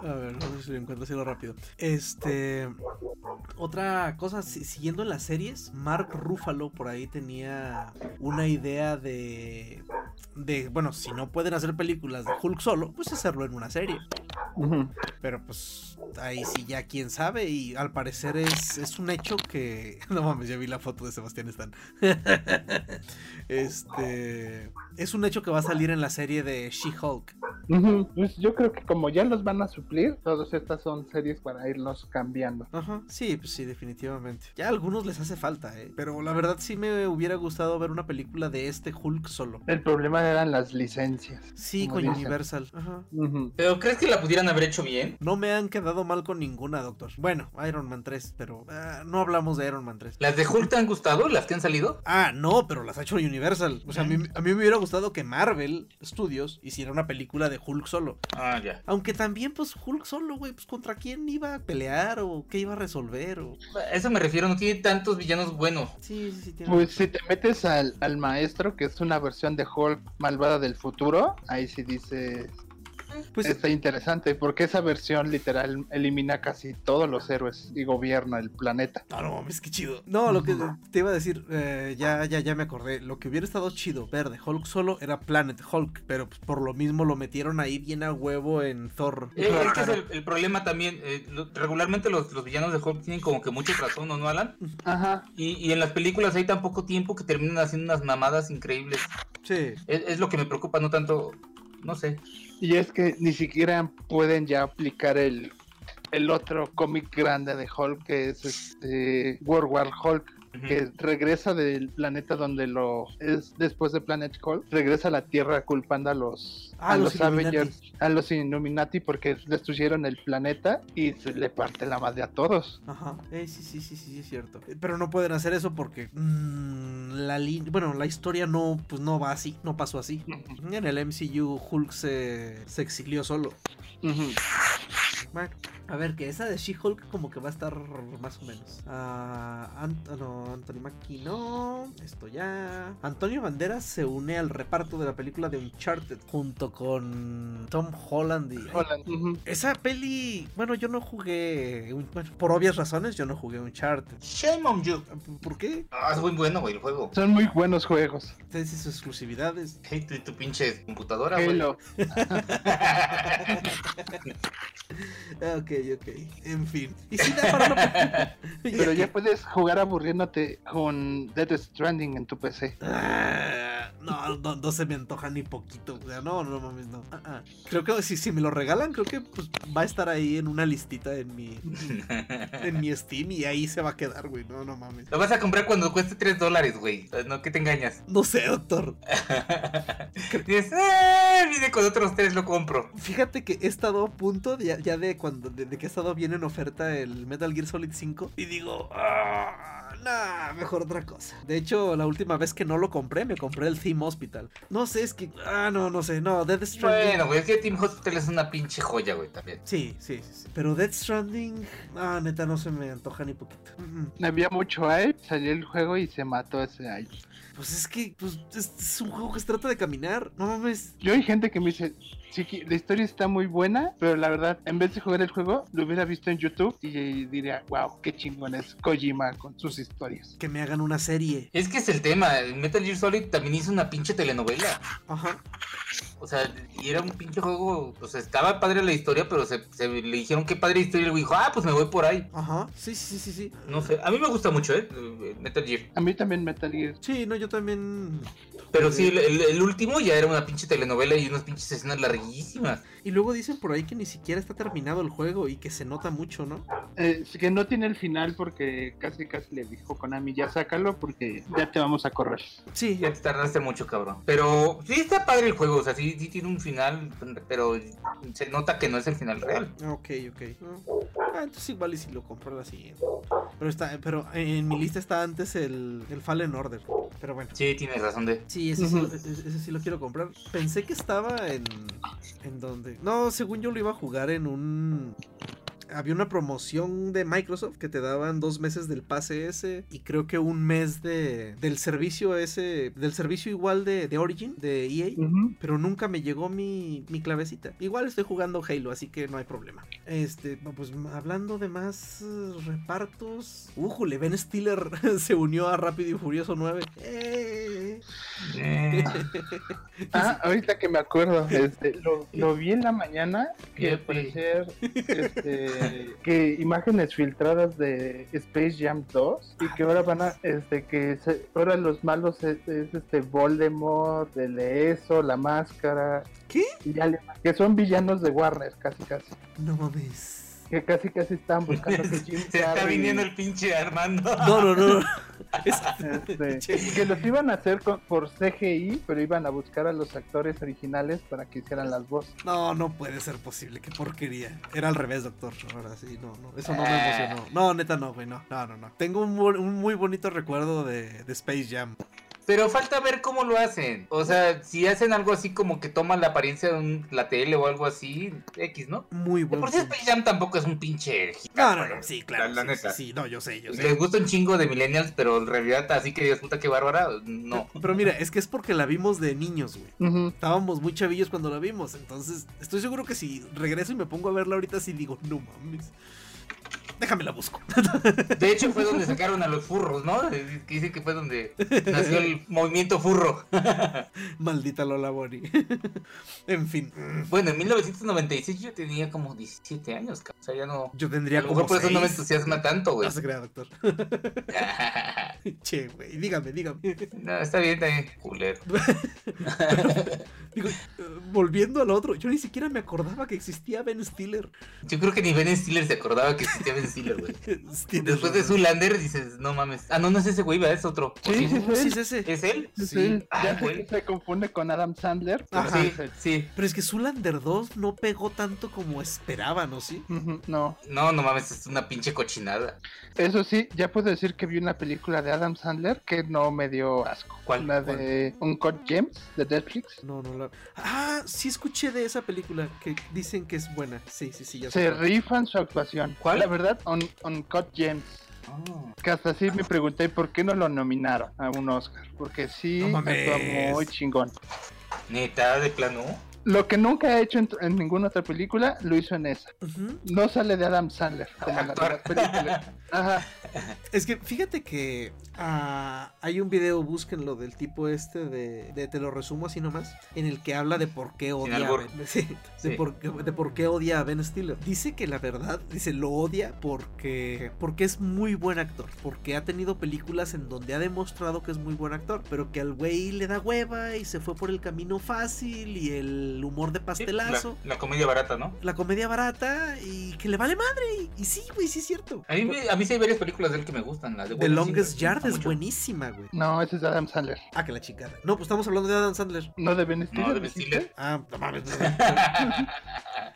A ver, no sé si lo encuentro así lo rápido. Este. Otra cosa, si- siguiendo en las series, Mark Ruffalo por ahí tenía una idea de. De, bueno, si no pueden hacer películas de Hulk solo, pues hacerlo en una serie.
Ujú.
Pero pues ahí sí ya quién sabe y al parecer es, es un hecho que... No mames, ya vi la foto de Sebastián Stan. este... Es un hecho que va a salir en la serie de She-Hulk.
Ujú. Pues yo creo que como ya los van a suplir, todas estas son series para irlos cambiando.
Ajá, sí, pues sí, definitivamente. Ya a algunos les hace falta, ¿eh? Pero la verdad sí me hubiera gustado ver una película de este Hulk solo.
El problema eran las licencias.
Sí,
Como
con
dicen.
Universal. Ajá.
Ujú.
¿Pero crees que la pudieran haber hecho bien?
No me han quedado mal con ninguna, doctor. Bueno, Iron Man 3, pero ah, no hablamos de Iron Man 3.
¿Las de Hulk te han gustado? ¿Las que han salido?
Ah, no, pero las ha hecho Universal. O sea, a mí, a mí me hubiera gustado que Marvel Studios hiciera una película de Hulk solo.
Ah, ya.
Aunque también, pues, Hulk solo, güey, pues, ¿contra quién iba a pelear o qué iba a resolver? O...
A eso me refiero, no tiene tantos villanos buenos.
Sí, sí, sí, tiene-
Pues si te metes al, al maestro, que es una versión de Hulk malvada del futuro, ahí sí dice,
Pues,
está interesante, porque esa versión literal elimina casi todos los héroes y gobierna el planeta.
no, no mames, qué chido. No, lo que te iba a decir, eh, ya, ya, ya me acordé. Lo que hubiera estado chido ver de Hulk solo era Planet Hulk, pero pues, por lo mismo lo metieron ahí bien a huevo en Thor.
Eh, es que es el, el problema también. eh, lo- regularmente los, los villanos de Hulk tienen como que mucho razón, ¿no, Alan?
Ajá.
Y, y en las películas hay tan poco tiempo que terminan haciendo unas mamadas increíbles.
Sí.
Es, es lo que me preocupa, no tanto. No sé.
Y es que ni siquiera pueden ya aplicar el, el otro cómic grande de Hulk, que es este World War Hulk. que regresa del planeta donde lo es después de Planet Hulk, regresa a la Tierra culpando a los
Ah,
a
los
los,
Illuminati.
Avengers, a los Illuminati porque destruyeron el planeta y se le parte la madre a todos.
Ajá, eh, sí, sí, sí, sí, sí, es cierto. Eh, Pero no pueden hacer eso porque mm, la li- bueno, la historia no, pues no va así, no pasó así. En el MCU Hulk se, se exilió solo.
Ujú.
Bueno, a ver, que esa de She-Hulk como que va a estar más o menos. Ah, Ant- no, Anthony Mackie no, esto ya. Antonio Banderas se une al reparto de la película de Uncharted junto con Tom Holland y...
Hola. Ujú.
Esa peli, bueno, yo no jugué, un- bueno, por obvias razones, yo no jugué Uncharted.
Shame on you.
¿Por qué?
Ah, es muy bueno, güey, el juego.
Son muy buenos juegos.
Ustedes y sus exclusividades.
Hey, tu, tu pinche computadora, güey.
Halo.
Ah, Ok, ok. En fin. Y si da para una película.
Pero ya puedes jugar aburriéndote con Dead Stranding en tu PC.
Ah, No, no, no se me antoja ni poquito. O sea, no, no mames, no. Ah, ah. Creo que si, si me lo regalan, creo que pues, va a estar ahí en una listita en mi, en mi Steam y ahí se va a quedar, güey. No, no mames.
Lo vas a comprar cuando cueste 3 dólares, güey. No, que te engañas.
No sé, doctor.
Dices, "Eh, Viene con otros 3, lo compro.
Fíjate que he estado a punto de- ya, ya de cuando de, de que ha estado bien en oferta el Metal Gear Solid 5 y digo, ah, nah, mejor otra cosa. De hecho, la última vez que no lo compré, me compré el Theme Hospital. No sé, es que ah no, no sé, no, Dead Stranding.
Bueno, güey, es que Team Hospital es una pinche joya, güey, también.
Sí, sí, sí, sí. Pero Dead Stranding, ah, neta, no se me antoja ni poquito. Mm, mm.
Había mucho hype, salió el juego y se mató ese hype.
Pues es que pues, es, es un juego que se trata de caminar. No mames.
Yo hay gente que me dice, sí, que la historia está muy buena, pero la verdad, en vez de jugar el juego, lo hubiera visto en YouTube y diría, wow, qué chingón es Kojima con sus historias.
Que me hagan una serie.
Es que es el tema. el Metal Gear Solid también hizo una pinche telenovela.
Ajá.
O sea, y era un pinche juego. O sea, estaba padre la historia, pero se, se le dijeron qué padre historia. Y el güey dijo, ah, pues me voy por ahí.
Ajá. Sí, sí, sí, sí, sí.
No sé. A mí me gusta mucho, ¿eh? Metal Gear.
A mí también Metal Gear.
Sí, no, yo también.
Pero sí, el, el- el último ya era una pinche telenovela y unas pinches escenas larguísimas.
Y luego dicen por ahí que ni siquiera está terminado el juego y que se nota mucho, ¿no?
Eh, sí que no tiene el final porque casi casi le dijo Konami, ya sácalo porque ya te vamos a correr.
Sí,
Ya te tardaste mucho, cabrón. Pero sí está padre el juego, o sea, sí, sí tiene un final, pero se nota que no es el final real.
Ah, Ok, ok. ah, entonces igual y si lo compro la siguiente. Pero está, pero en mi lista está antes el, el Fallen Order. Pero bueno.
Sí, tienes razón de.
Sí, ese, sí, lo- ese- ese sí lo quiero comprar. Pensé que estaba en. ¿En dónde? No, según yo lo iba a jugar en un. Había una promoción de Microsoft que te daban dos meses del pase ese y creo que un mes de, del servicio ese, del servicio igual de, de Origin, de E EA.
Ujú.
Pero nunca me llegó mi, mi clavecita. Igual estoy jugando Halo, así que no hay problema. Este, no, pues m- hablando de más eh, repartos. ¡Újule! Ben Stiller se unió a Rápido y Furioso 9. ¡Eh!
Eh,
Ah, ahorita que me acuerdo, este, lo, lo vi en la mañana que al
Yepi.
parecer este, que imágenes filtradas de Space Jam 2 y que ahora van a, este, que se- ahora los malos es, es, este Voldemort, el ESO, la máscara.
¿Qué?
y ya le- que son villanos de Warner, casi casi.
No mames.
Que casi casi están buscando que Jim
Se está
Carrey-
viniendo el pinche Armando.
No, no, no. Es-
Este,
Che.
que los iban a hacer con- por CGI, pero iban a buscar a los actores originales para que hicieran las voces.
No, no puede ser posible. Qué porquería. Era al revés, doctor. Ahora sí, no, no. Eso no me emocionó. No, neta, no, güey. No, no, no. no. Tengo un, bu- un muy bonito recuerdo de, de Space Jam.
Pero falta ver cómo lo hacen. O sea, si hacen algo así como que toman la apariencia de un, la tele o algo así, X, ¿no?
Muy
De
bueno.
por sí Space Jam tampoco es un pinche
No,
gigante,
no, no, sí, claro.
La- la
sí,
neta.
Sí, sí, no, yo sé, yo sé.
Les gusta un chingo de millennials, pero en realidad así que Dios puta que bárbara, no.
Eh, Pero mira, es que es porque la vimos de niños, güey.
Ujú.
Estábamos muy chavillos cuando la vimos. Entonces, estoy seguro que si regreso y me pongo a verla ahorita, sí digo, no mames. Déjame la busco.
De hecho fue donde sacaron a los furros, ¿no? Que dicen que fue donde nació el movimiento furro.
Maldita Lola Boni. en fin,
Bueno, en 1996 yo tenía como 17 años, cabrón. o sea, ya no...
yo
A
tendría
lo
como.
mejor por eso no me
seis.
entusiasma tanto, güey.
No se crea, doctor.
no,
Che, güey, dígame, dígame.
está bien, está bien. Culero.
Digo, eh, volviendo al otro, yo ni siquiera me acordaba que existía Ben Stiller.
Yo creo que ni Ben Stiller se acordaba que existía Ben Stiller, güey.
Tienes
Después de
razón.
Zulander dices, no mames. Ah, no, no es ese güey, ¿verdad? es otro. ¿O
Sí, sí,
Sí, es ese.
¿Es él?
Sí,
Sí.
ya
Ah,
sé
güey. Pues
que se confunde con Adam Sandler. pero
Ajá.
Sí,
es él.
sí.
Pero es que Zulander 2 no pegó tanto como esperaban, ¿o sí?
Ujú, No,
No, no mames, es una pinche cochinada.
eso sí, ya puedo decir que vi una película de Adam Sandler que no me dio asco.
¿Cuál?
La de Uncut James de Netflix.
No, no la. Ah, sí escuché de esa película que dicen que es buena. Sí, sí, sí, ya sé
Se
cuál.
rifan su actuación.
¿Cuál?
La verdad, Un- Uncut James.
Oh.
Que hasta así me pregunté por qué no lo nominaron a un Oscar. Porque sí,
No mames.
actúa muy chingón.
Neta, de plano.
Lo que nunca ha hecho en, en ninguna otra película, lo hizo en esa.
Ujú.
No sale de Adam Sandler, como en las
Actor.
demás películas. Ajá.
Es que fíjate que ah, hay un video, búsquenlo, del tipo este de, de Te lo resumo así nomás, en el que habla de por qué odia a
albur.
Ben, sí, de,
Sí.
por, qué- de por qué odia a Ben Stiller. Dice que la verdad, dice, lo odia porque, porque es muy buen actor, porque ha tenido películas en donde ha demostrado que es muy buen actor, pero que al güey le da hueva y se fue por el camino fácil y el humor de
Sí, la,
pastelazo.
la comedia barata, ¿no?
la comedia barata y que le vale madre. Y sí, güey, sí es cierto.
A mí, me- a mí sí hay varias películas de él que me gustan. La de
The
Wallace
Longest
Simpson, me
Yard
gusta
es
mucho.
buenísima, güey.
No, ese es de Adam Sandler.
Ah, que la chingada. No, pues estamos hablando de Adam Sandler.
No de Ben Stiller.
No, de Ben
dijiste?
Stiller.
Ah, no mames.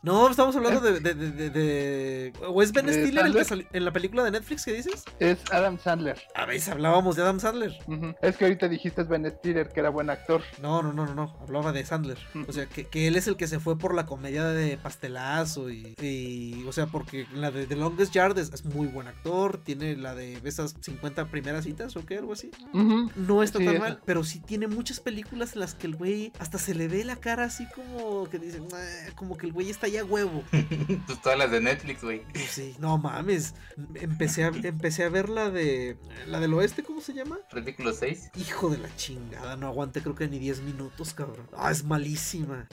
No, estamos hablando de. de, de, de- de- ¿O es Ben
¿De
Stiller el que
Sandler?
salió en la película de Netflix que dices?
Es Adam Sandler.
A veces hablábamos de Adam Sandler.
Ujú. Es que ahorita dijiste es Ben Stiller, que era buen actor.
No, no, no, no, no. Hablaba de Sandler. O sea, que, que él es el que se fue por la comedia de pastelazo y. y, o sea, porque la de The Longest Yard es, es muy buen actor. Tiene la de esas 50 primeras citas o qué, algo así.
Ujú.
No está
Sí,
tan
esa.
mal, pero sí tiene muchas películas en las que el güey hasta se le ve la cara así como que dicen, como que el güey está ya huevo.
Pues todas las de Netflix, güey.
Pues sí, no mames. Empecé a, empecé a ver la de. La del oeste, ¿cómo se llama?
Ridículo 6.
Hijo de la chingada, no aguanté creo que ni 10 minutos, cabrón. Ah, es malísima.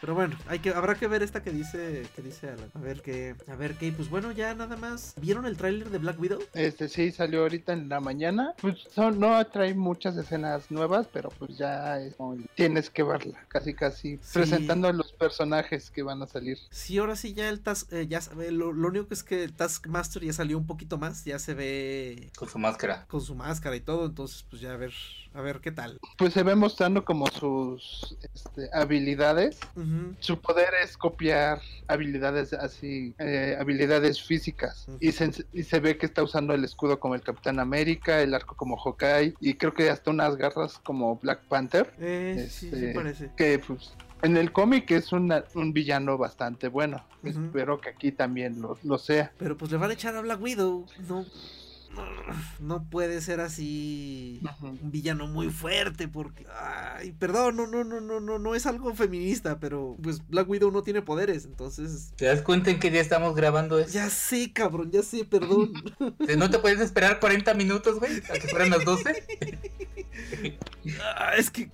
Pero bueno, hay que, habrá que ver esta que dice, que dice Alan. A ver qué, a ver qué. Pues bueno, ya nada más. ¿Vieron el tráiler de Black Widow?
Este sí salió ahorita en la mañana. Pues son- no trae muchas escenas nuevas, pero pues ya es como- tienes que verla. Casi, casi
Sí.
presentando a los personajes que van a salir.
Sí, ahora sí ya el Task, eh, ya sabe, lo, lo único que es que el Taskmaster ya salió un poquito más, ya se ve
con su máscara.
con su máscara y todo, entonces pues ya a ver, a ver qué tal.
Pues se ve mostrando como sus este, habilidades.
Ujú.
Su poder es copiar habilidades así, eh, habilidades físicas. Y se, y se ve que está usando el escudo como el Capitán América, el arco como Hawkeye y creo que hasta unas garras como Black Panther.
Eh, sí, sí
Este,
parece.
Que pues, en el cómic es una- un villano bastante bueno.
Ujú.
Espero que aquí también lo, lo sea.
Pero pues le van a echar a Black Widow. No. No puede ser así. Un villano muy fuerte. Porque. Ay, perdón, no, no, no, no, no, no es algo feminista. Pero pues Black Widow no tiene poderes. Entonces.
¿Te das cuenta en qué día estamos grabando esto?
Ya sé, cabrón, ya sé, perdón.
¿No te puedes esperar 40 minutos, güey? A que fueran las 12.
Ah, es que.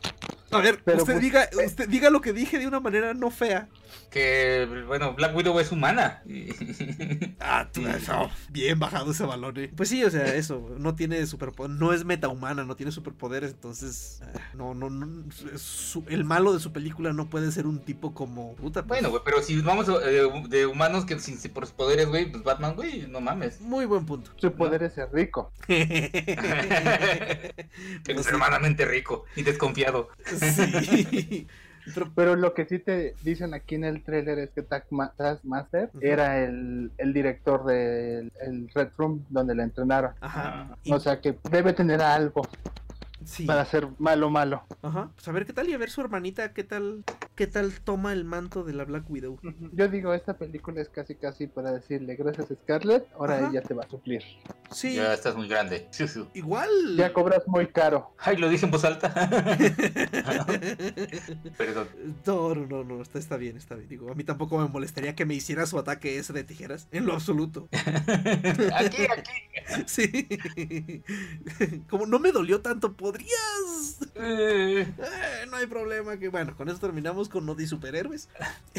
A ver,
Pero
usted
pues-
diga, usted diga lo que dije de una manera no fea.
Que, bueno, Black Widow es humana. Y-
Ah, tú, oh, bien bajado ese balón, eh. Pues sí, o sea, eso, no tiene superpoderes, no es metahumana, no tiene superpoderes, entonces, ah, no, no, no, su- el malo de su película no puede ser un tipo como, puta, pues,
Bueno, güey, pero si vamos eh, de humanos que sin sin por poderes, güey, pues Batman, güey, no mames.
muy buen punto.
Su poder es ser rico.
Pero sí,
Extremadamente rico y desconfiado.
Pues sí. Pero,
Pero lo que sí te dicen aquí en el tráiler es que Tagma- Taskmaster
Ujú.
era el, el director del el Red Room donde la entrenaron.
ajá, y-
O sea que debe tener algo
sí,
para ser malo malo.
ajá, pues a ver qué tal y a ver su hermanita, qué tal, qué tal toma el manto de la Black Widow.
Yo digo, esta película es casi casi para decirle gracias Scarlett, ahora
Ajá.
ella te va a suplir.
Sí,
Ya estás muy grande. Siu, siu.
igual.
Ya cobras muy caro.
Ay, lo dije en voz alta. Perdón.
No, no, no, no, está, está bien, está bien. Digo, a mí tampoco me molestaría que me hiciera su ataque ese de tijeras, en lo absoluto.
Aquí, aquí.
Sí. Como no me dolió tanto, podrías.
Eh,
Eh, no hay problema, que bueno, con eso terminamos con Noti Superhéroes.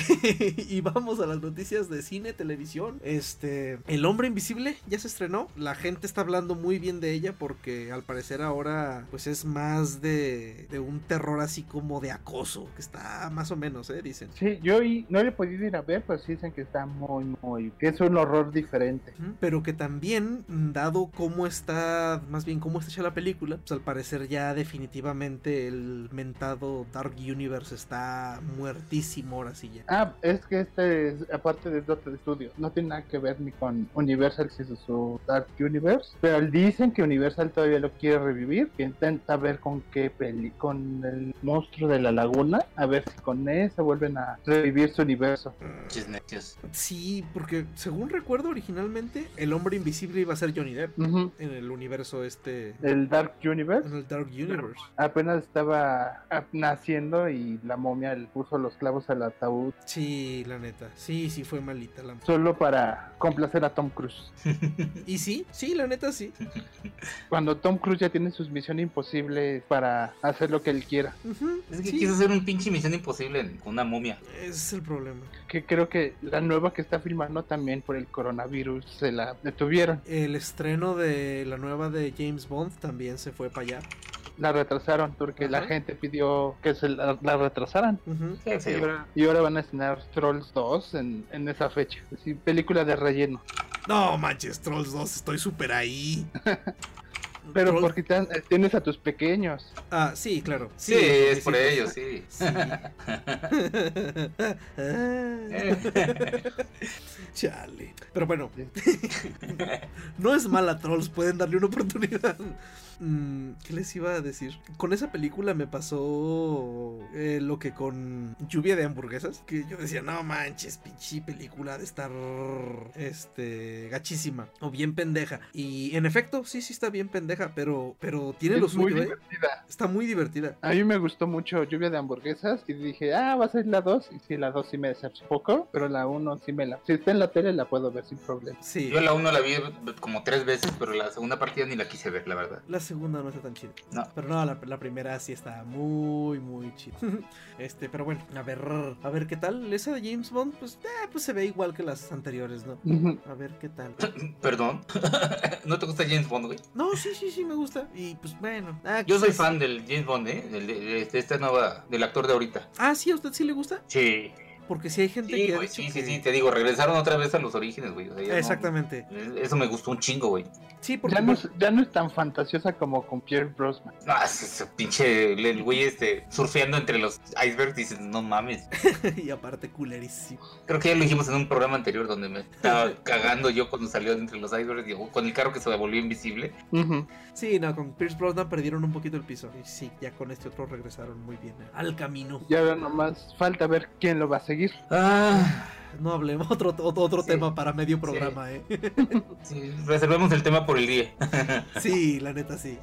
y vamos a las noticias de cine, televisión. Este, El Hombre Invisible ya se estrenó. La gente está hablando muy bien de ella porque al parecer ahora pues es más de, de un terror así como de acoso, que está más o menos, ¿eh? Dicen.
Sí, yo y- no le he podido ir a ver, pero sí dicen que está muy, muy... que es un horror diferente.
Ujú. Pero que también, mm, dado cómo está, más bien cómo está hecha la película, pues al parecer ya definitivamente el mentado Dark Universe está muertísimo ahora sí ya.
Ah, es que este, es, aparte de Doctor Studio, no tiene nada que ver ni con Universal, si es su Dark Universe, pero dicen que Universal todavía lo quiere revivir, que intenta ver con qué peli, con el monstruo de la laguna, a ver si con eso vuelven a revivir su universo.
pinches necios.
Sí, porque según recuerdo originalmente, el hombre invisible iba a ser Johnny Depp
Ujú.
en el universo este,
El Dark
en
Universe
el Dark Universe.
apenas estaba ah, naciendo y la momia le puso los clavos al ataúd
Sí, la neta. Sí, sí, fue malita la...
solo para complacer a Tom Cruise.
Y sí, sí, la neta sí.
Cuando Tom Cruise ya tiene sus misiones imposibles para hacer lo que él quiera.
Ujú,
Es que
sí,
quiso hacer un pinche misión imposible en- con una momia.
Ese es el problema.
que creo que la nueva que está filmando también por el coronavirus se la detuvieron,
El estreno de la nueva de James Bond también se fue para allá.
la retrasaron porque la
Ajá.
gente pidió que se la, la retrasaran.
Ujú.
Qué
Y
feo.
ahora, y ahora van a estrenar Trolls 2 en, en esa fecha. Sí, película de relleno.
No manches, Trolls 2, estoy súper ahí.
Pero
Troll-
porque tan- tienes a tus pequeños.
Ah, sí, claro.
Sí, es
sí,
por
sí.
ellos, sí.
Sí.
Eh.
Chale. Pero bueno, no es mala Trolls, pueden darle una oportunidad. Mm, ¿Qué les iba a decir? Con esa película me pasó eh, lo que con Lluvia de Hamburguesas. Que yo decía, no manches, pinche película de estar este, gachísima o bien pendeja. Y en efecto, sí, sí está bien pendeja, pero, pero tiene lo
Es muy
suyo, ¿eh?
divertida.
Está muy divertida.
A mí me gustó mucho Lluvia de Hamburguesas y dije, ah, va a ser la 2. Y sí, la 2 sí me decepcionó un poco, pero la 1 sí me la... Si está en la tele la puedo ver sin problema.
Sí.
Yo la uno la vi como tres veces, pero la segunda partida ni la quise ver, la verdad.
La segunda no está tan chida.
No.
Pero no, la, la primera sí está muy, muy chida. Este, pero bueno, a ver, a ver qué tal. Esa de James Bond, pues, eh, pues se ve igual que las anteriores, ¿no?
Ujú.
A ver qué tal.
Perdón. ¿No te gusta James Bond, güey?
No, sí, sí, sí, me gusta. Y pues bueno. Ah,
Yo soy
quizás-
fan del James Bond, ¿eh? Del- De, de esta nueva, del actor de ahorita.
Ah, sí, a usted sí le gusta.
Sí.
Porque si hay gente
Sí,
que. ha
güey,
dicho
sí,
que-
sí, sí, te digo, regresaron otra vez a los orígenes, güey. o sea, ya no-
Exactamente.
eso me gustó un chingo, güey.
Sí, porque.
Ya no, es, ya no es tan fantasiosa como con Pierre Brosnan.
Ah, ese, ese pinche el, el güey este surfeando entre los icebergs dices, no mames.
y aparte, culerísimo.
Creo que ya lo dijimos en un programa anterior donde me estaba cagando yo cuando salió de entre los icebergs, digo, con el carro que se volvió invisible.
Ujú.
Sí, no, con Pierce Brosnan perdieron un poquito el piso. Y sí, ya con este otro regresaron muy bien eh, al camino.
Y ahora nomás falta ver quién lo va a seguir.
Ah,
No hablemos, otro, otro, otro
Sí.
tema para medio programa, ¿eh?
sí, reservemos el tema por el día.
Sí, la neta sí.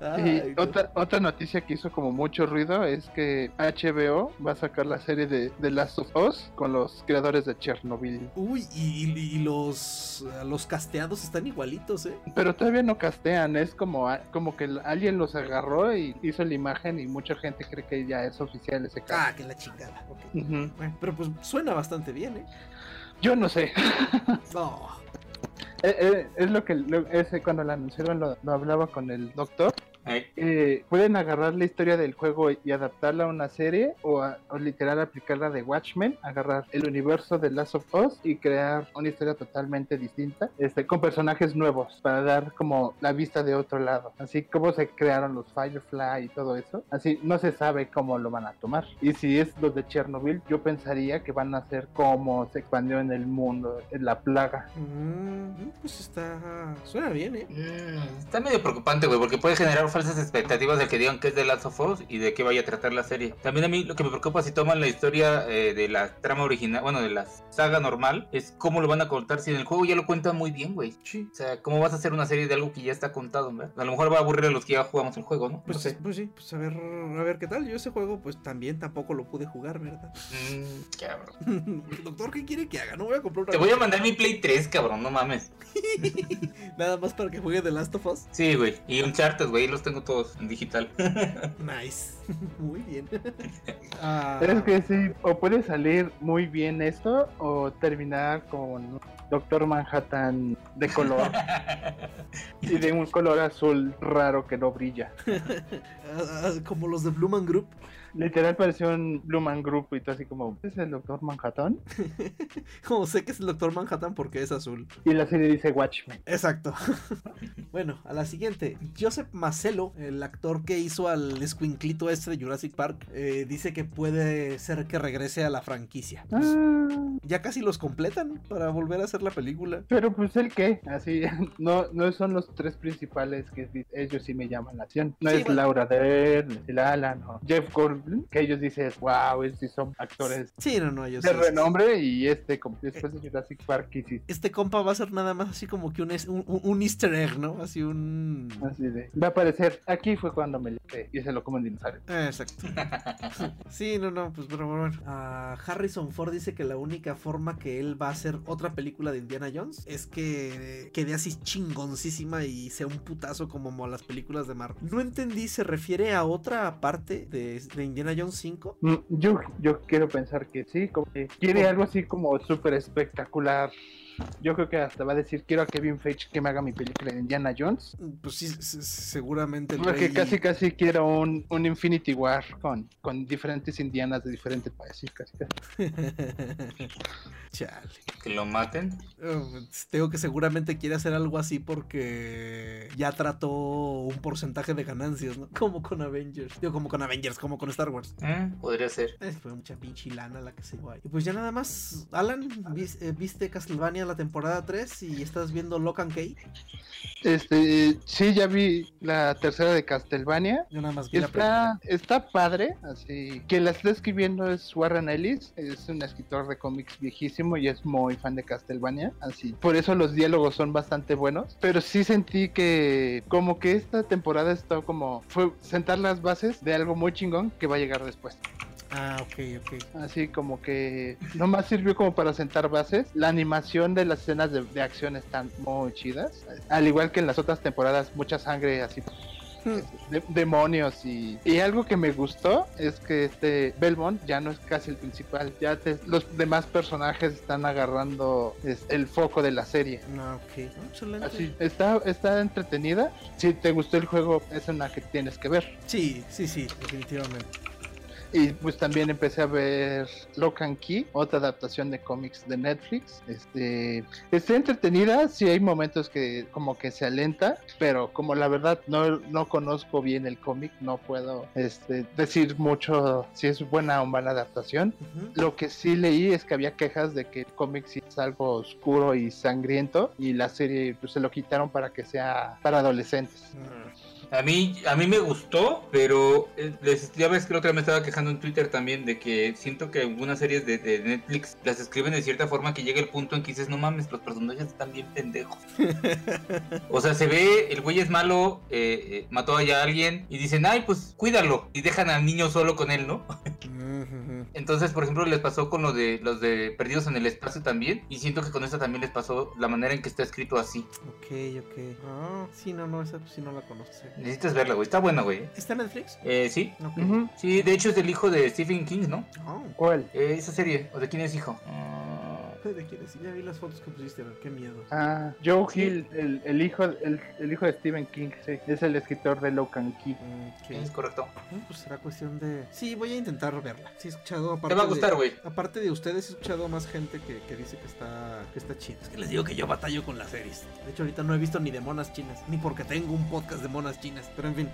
Ay,
y
no.
otra, otra noticia que hizo como mucho ruido es que HBO va a sacar la serie de The Last of Us con los creadores de Chernobyl.
Uy, y, y- y los, eh, los casteados están igualitos, ¿eh?
Pero todavía no castean, es como, a- como que el- alguien los agarró y hizo la imagen y mucha gente cree que ya es oficial ese caso.
Ah, que la chingada. ok.
Ujú.
Bueno, pero pues suena bastante bien, ¿eh?
Yo no sé.
No.
Eh, eh, es lo que lo- ese cuando lo anunciaron lo, lo hablaba con el doctor.
Ay,
Eh, pueden agarrar la historia del juego y adaptarla a una serie o, a- o literal aplicarla de Watchmen, agarrar el universo de Last of Us y crear una historia totalmente distinta, este, con personajes nuevos para dar como la vista de otro lado. Así como se crearon los Firefly y todo eso, así no se sabe cómo lo van a tomar. Y si es los de Chernobyl, yo pensaría que van a hacer como se expandió en el mundo, en la plaga.
Mm, pues está. Suena bien, ¿eh?
mm, está medio preocupante, güey, porque puede generar falsas expectativas de que digan que es de Last of Us y de qué vaya a tratar la serie. También a mí lo que me preocupa si toman la historia eh, de la trama original, bueno, de la saga normal, es cómo lo van a contar si en el juego ya lo cuentan muy bien, güey.
Sí.
O sea, ¿cómo vas a hacer una serie de algo que ya está contado, ¿verdad? A lo mejor va a aburrir a los que ya jugamos el juego, ¿no?
Pues,
No sé.
pues sí, pues a ver, a ver qué tal. Yo ese juego, pues también tampoco lo pude jugar, ¿verdad?
Mm, cabrón.
Doctor, ¿qué quiere que haga? No voy a comprar una.
Te voy a mandar mi Play 3, cabrón, no mames.
Nada más para que juegue The Last of Us.
Sí, güey. Y Uncharted, güey, los tengo todos en digital.
Nice. Muy bien. Ah,
Es que sí, o puede salir muy bien esto, o terminar con Doctor Manhattan de color y de un color azul raro que no brilla.
ah, ah, como los de Blumen Group.
Literal pareció un Blue Man Group y todo así como, ¿es el Doctor Manhattan?
Como sé que es el Doctor Manhattan porque es azul.
Y la serie dice Watchmen.
Exacto. bueno, a la siguiente. Joseph Macelo, el actor que hizo al escuinclito este de Jurassic Park, eh, dice que puede ser que regrese a la franquicia.
Ah,
Ya casi los completan para volver a hacer la película.
pero pues el qué, así, no, no son los tres principales que di- ellos sí me llaman la atención. No
Sí,
es
bueno.
Laura Dern, el Alan, o Jeff Goldblum, que ellos dicen, wow, estos sí son actores
Sí, no, no, yo
de
sé.
renombre y este como después de Jurassic Park que hiciste
Este compa va a ser nada más así como que un, es- un, un- un easter egg, ¿no? Así un...
así de va a aparecer aquí fue cuando me levanté y se lo como un dinosaurio
Eh, Exacto. Sí, no, no, pues pero bueno. Ah, Harrison Ford dice que la única forma que él va a hacer otra película de Indiana Jones es que quede así chingoncísima y sea un putazo como mo- las películas de Marvel. No entendí, ¿se refiere a otra parte de, de Indiana Jones 5?
Mm, yo yo quiero pensar que sí como que
Oh.
quiere algo así como súper espectacular yo creo que hasta va a decir quiero a Kevin Feige que me haga mi película de Indiana Jones
Pues sí, se- seguramente. el
porque
güey-
casi casi quiero un, un Infinity War con, con diferentes indianas de diferentes países casi, casi.
Chale.
que lo maten.
Eh, Tengo que seguramente quiere hacer algo así porque ya trató un porcentaje de ganancias, ¿no? Como con Avengers. Digo, como con Avengers, como con Star Wars.
Eh, Podría ser.
Eh, Fue mucha pinche lana la que se llevó ahí. Y pues ya nada más, Alan, vis- eh, viste Castlevania la temporada 3 y estás viendo Locan Key.
este sí ya vi la tercera de Castlevania
Yo nada más vi la primera.
Está, está padre, así. Quien la está escribiendo es Warren Ellis, es un escritor de cómics viejísimo y es muy fan de Castlevania, así. Por eso los diálogos son bastante buenos, pero sí sentí que como que esta temporada está como fue sentar las bases de algo muy chingón que va a llegar después.
Ah, ok, ok.
Así como que nomás sirvió como para sentar bases. La animación de las escenas de, de acción están muy chidas, al igual que en las otras temporadas, mucha sangre así de- demonios y, y algo que me gustó es que este Belmont ya no es casi el principal, ya te- los demás personajes están agarrando es, el foco de la serie.
No, ok. No, excelente.
Así está, está entretenida. Si te gustó el juego, es una que tienes que ver.
Sí, sí, sí, definitivamente.
Y pues también empecé a ver Lock and Key, otra adaptación de cómics de Netflix. Este, está entretenida, sí hay momentos que como que se alenta, pero como la verdad no, no conozco bien el cómic, no puedo este, decir mucho si es buena o mala adaptación.
Ujú.
Lo que sí leí es que había quejas de que el cómic sí es algo oscuro y sangriento y la serie pues, se lo quitaron para que sea para adolescentes.
A mí, a mí me gustó, pero eh, les- ya ves que la otra vez me estaba quejando en Twitter también de que siento que algunas series de, de Netflix las escriben de cierta forma que llega el punto en que dices, no mames, los personajes están bien pendejos. o sea, se ve, el güey es malo, eh, eh, mató allá a alguien y dicen, ay, pues cuídalo. Y dejan al niño solo con él, ¿no?
Ujú.
Entonces, por ejemplo, les pasó con lo de los de Perdidos en el Espacio también. Y siento que con esta también les pasó la manera en que está escrito así.
Ok, ok. Ah, sí, no, no, esa sí no la conozco.
Necesitas verla, güey. Está buena, güey.
¿Está en Netflix?
Eh, sí,
Ok.
Ujú.
Sí, de hecho es del hijo de Stephen King, ¿no?
Ah,
¿Cuál?
Eh, esa serie, ¿o de quién es hijo? Ah,
¿De quién es? Ya vi las fotos que pusiste, a ver, qué miedo.
Ah, Joe
Sí.
Hill, el, el hijo, el, el hijo de Stephen King, sí, es el escritor de Lock and Key.
sí, es
Ok.
correcto.
Ah, Pues será cuestión de... Sí, voy a intentar verla. Sí, he escuchado aparte
Te va a
de-
gustar, güey.
Aparte de ustedes, he escuchado más gente que, que dice que está, que está chida. Es que les digo que yo batallo con las series. De hecho, ahorita no he visto ni de monas chinas, ni porque tengo un podcast de monas chinas. Pero en fin.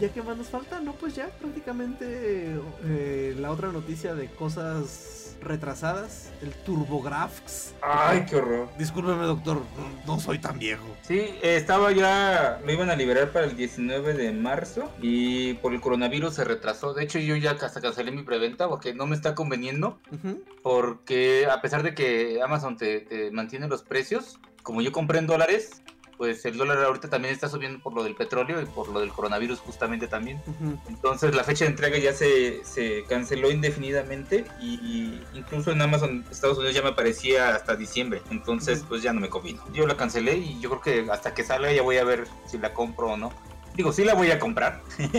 ya que más nos falta, no, pues ya prácticamente eh, la otra noticia de cosas retrasadas, el TurboGrafx.
Ay, qué horror.
Discúlpeme, doctor, no, no soy tan viejo.
Sí, eh, estaba ya, lo iban a liberar para el 19 de marzo y por el coronavirus se retrasó. De hecho, yo ya hasta cancelé mi preventa porque no me está conveniendo.
Ujú.
Porque a pesar de que Amazon te, te mantiene los precios, como yo compré en dólares, pues el dólar ahorita también está subiendo por lo del petróleo y por lo del coronavirus justamente también.
Ujú.
Entonces la fecha de entrega ya se, se canceló indefinidamente y, y incluso en Amazon Estados Unidos ya me aparecía hasta diciembre. Entonces pues ya no me convino. Yo la cancelé y yo creo que hasta que salga ya voy a ver si la compro o no. Digo, sí la voy a comprar,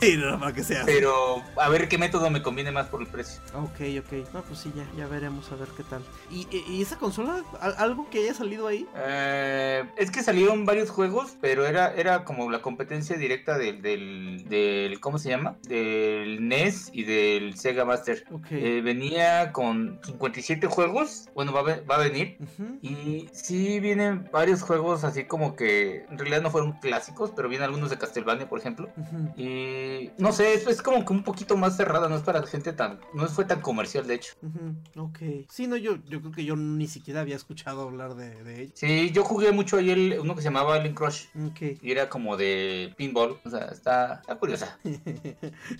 Sí, nada más que sea.
pero a ver qué método me conviene más por el precio.
Ok, ok. No, pues sí, ya, ya veremos a ver qué tal. ¿Y, y- y esa consola? ¿Al- ¿Algo que haya salido ahí?
Eh, es que salieron varios juegos, pero era, era como la competencia directa del, del, del, ¿cómo se llama? Del NES y del Sega Master.
Ok.
Eh, venía con 57 juegos. Bueno, va a, ve- va a venir.
Ujú.
Y sí vienen varios juegos así como que en realidad no fueron clásicos, pero vienen algunos de Castlevania, por ejemplo.
Ujú.
Y no sé, es, es como que un poquito más cerrada, no es para gente tan... No fue tan comercial, de hecho.
Ujú, Ok. Sí, no, yo, yo creo que yo ni siquiera había escuchado hablar de, de ella.
Sí, yo jugué mucho ayer uno que se llamaba Alien Crush.
Ok.
Y era como de pinball, o sea, está, está curiosa.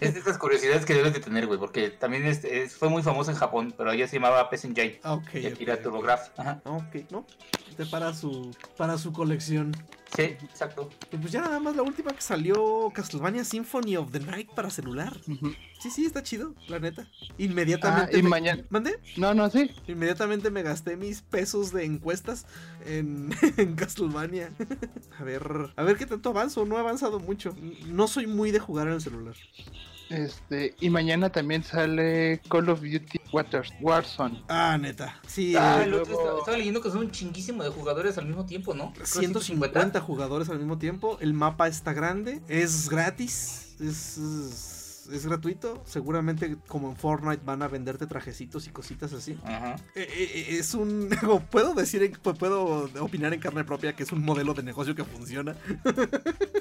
Es de estas curiosidades que debes de tener, güey, porque también es- es- fue muy famoso en Japón, pero allá se llamaba PSNJ.
Ah, ok.
Y aquí
ok,
era TurboGrafx. Ajá.
ok, ¿no? Este para su, para su colección.
Sí, exacto.
Y pues ya nada más la última que salió Castlevania Symphony of the Night para celular.
Ujú.
Sí, sí, está chido, la neta.
Ah,
Inmediatamente.
y
me-
mañana.
¿Mandé?
No, no, sí.
Inmediatamente me gasté mis pesos de encuestas en, en Castlevania. A ver, a ver qué tanto avanzo. No he avanzado mucho. No soy muy de jugar en el celular.
Este, y mañana también sale Call of Duty Waters, Warzone.
Ah, neta. Sí,
Ah,
eh,
el otro
luego-
estaba, estaba leyendo que son chinguísimo de jugadores al mismo tiempo, ¿no? Creo
150 jugadores al mismo tiempo. El mapa está grande. Es gratis. Es, es, es gratuito. Seguramente, como en Fortnite, van a venderte trajecitos y cositas así.
Ajá.
Eh, eh, eh, es un. o Puedo decir, en- pu- puedo opinar en carne propia que es un modelo de negocio que funciona.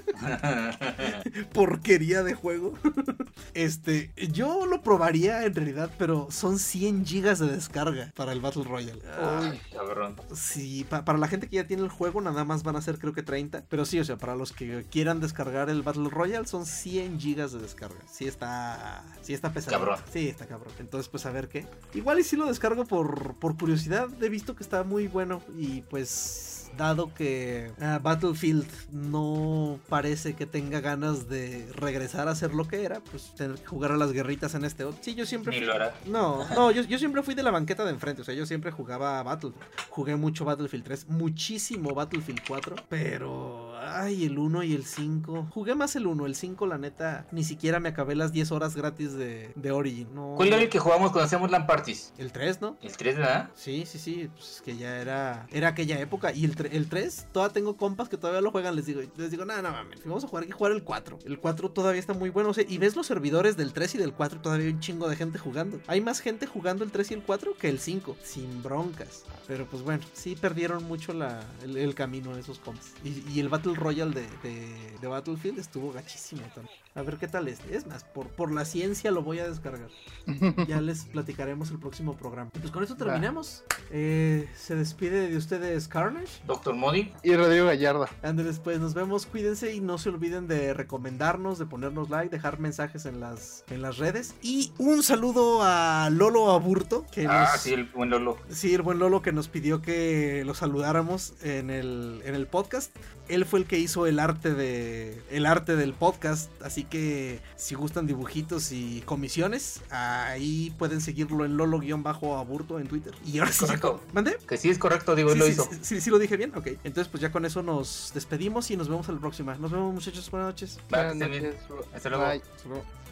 Porquería de juego. Este, yo lo probaría en realidad, pero son 100 gigas de descarga para el Battle Royale.
Ay, cabrón.
Sí, pa- para la gente que ya tiene el juego, nada más van a ser creo que 30. Pero sí, o sea, para los que quieran descargar el Battle Royale, son 100 gigas de descarga. Sí está. Sí está pesado.
Cabrón.
Sí, está cabrón. Entonces, pues a ver qué. Igual y si lo descargo por, por curiosidad. He visto que está muy bueno. Y pues. Dado que ah, Battlefield no parece que tenga ganas de regresar a ser lo que era, pues tener que jugar a las guerritas en este otro. Sí, yo siempre. fui-
Ni lo hará.
no, no, yo, yo siempre fui de la banqueta de enfrente, o sea, yo siempre jugaba a Battlefield. Jugué mucho Battlefield 3, muchísimo Battlefield 4, pero Ay, el 1 y el 5. Jugué más el 1. El 5, la neta, ni siquiera me acabé las 10 horas gratis de, de Origin. No,
¿Cuál era el que jugamos cuando hacíamos LAN parties?
El 3, ¿no?
El 3, ¿verdad?
Sí, sí, sí, pues es que ya era, era aquella época. Y el, tre- el 3, todavía tengo compas que todavía lo juegan. Les digo, les digo, nada, no mames, si vamos a jugar, hay que jugar el 4. El 4 todavía está muy bueno. O sea, y ves los servidores del 3 y del 4, todavía hay un chingo de gente jugando. Hay más gente jugando el 3 y el 4 que el 5, sin broncas. Pero pues bueno, sí perdieron mucho la, el, el camino de esos compas. Y, y el Battle Royale de, de- de Battlefield estuvo gachísimo también. A ver qué tal este. Es más, por, por la ciencia lo voy a descargar. Ya les platicaremos el próximo programa. Y pues con esto terminamos. Eh, se despide de ustedes Carnage.
Doctor Modi.
y Rodrigo Gallardo.
Ándeles, pues nos vemos, cuídense y no se olviden de recomendarnos, de ponernos like, dejar mensajes en las, en las redes. Y un saludo a Lolo Aburto, que
Ah,
nos-
sí, el buen Lolo.
Sí, el buen Lolo que nos pidió que lo saludáramos en el, en el podcast. Él fue el que hizo el arte, de, el arte del podcast. Así que si gustan dibujitos y comisiones, ahí pueden seguirlo en Lolo-Aburto en Twitter. Y ahora sí. ya-
Correcto.
¿Mandé?
Que sí es correcto, digo, él
Sí,
lo
sí,
hizo.
sí, sí, sí lo dije bien. Ok. Entonces, pues ya con eso nos despedimos y nos vemos a la próxima. Nos vemos, muchachos. Buenas noches.
Va, que
Buenas
estén bien.
noches, Ro-
Hasta luego.
bye.
Hasta luego.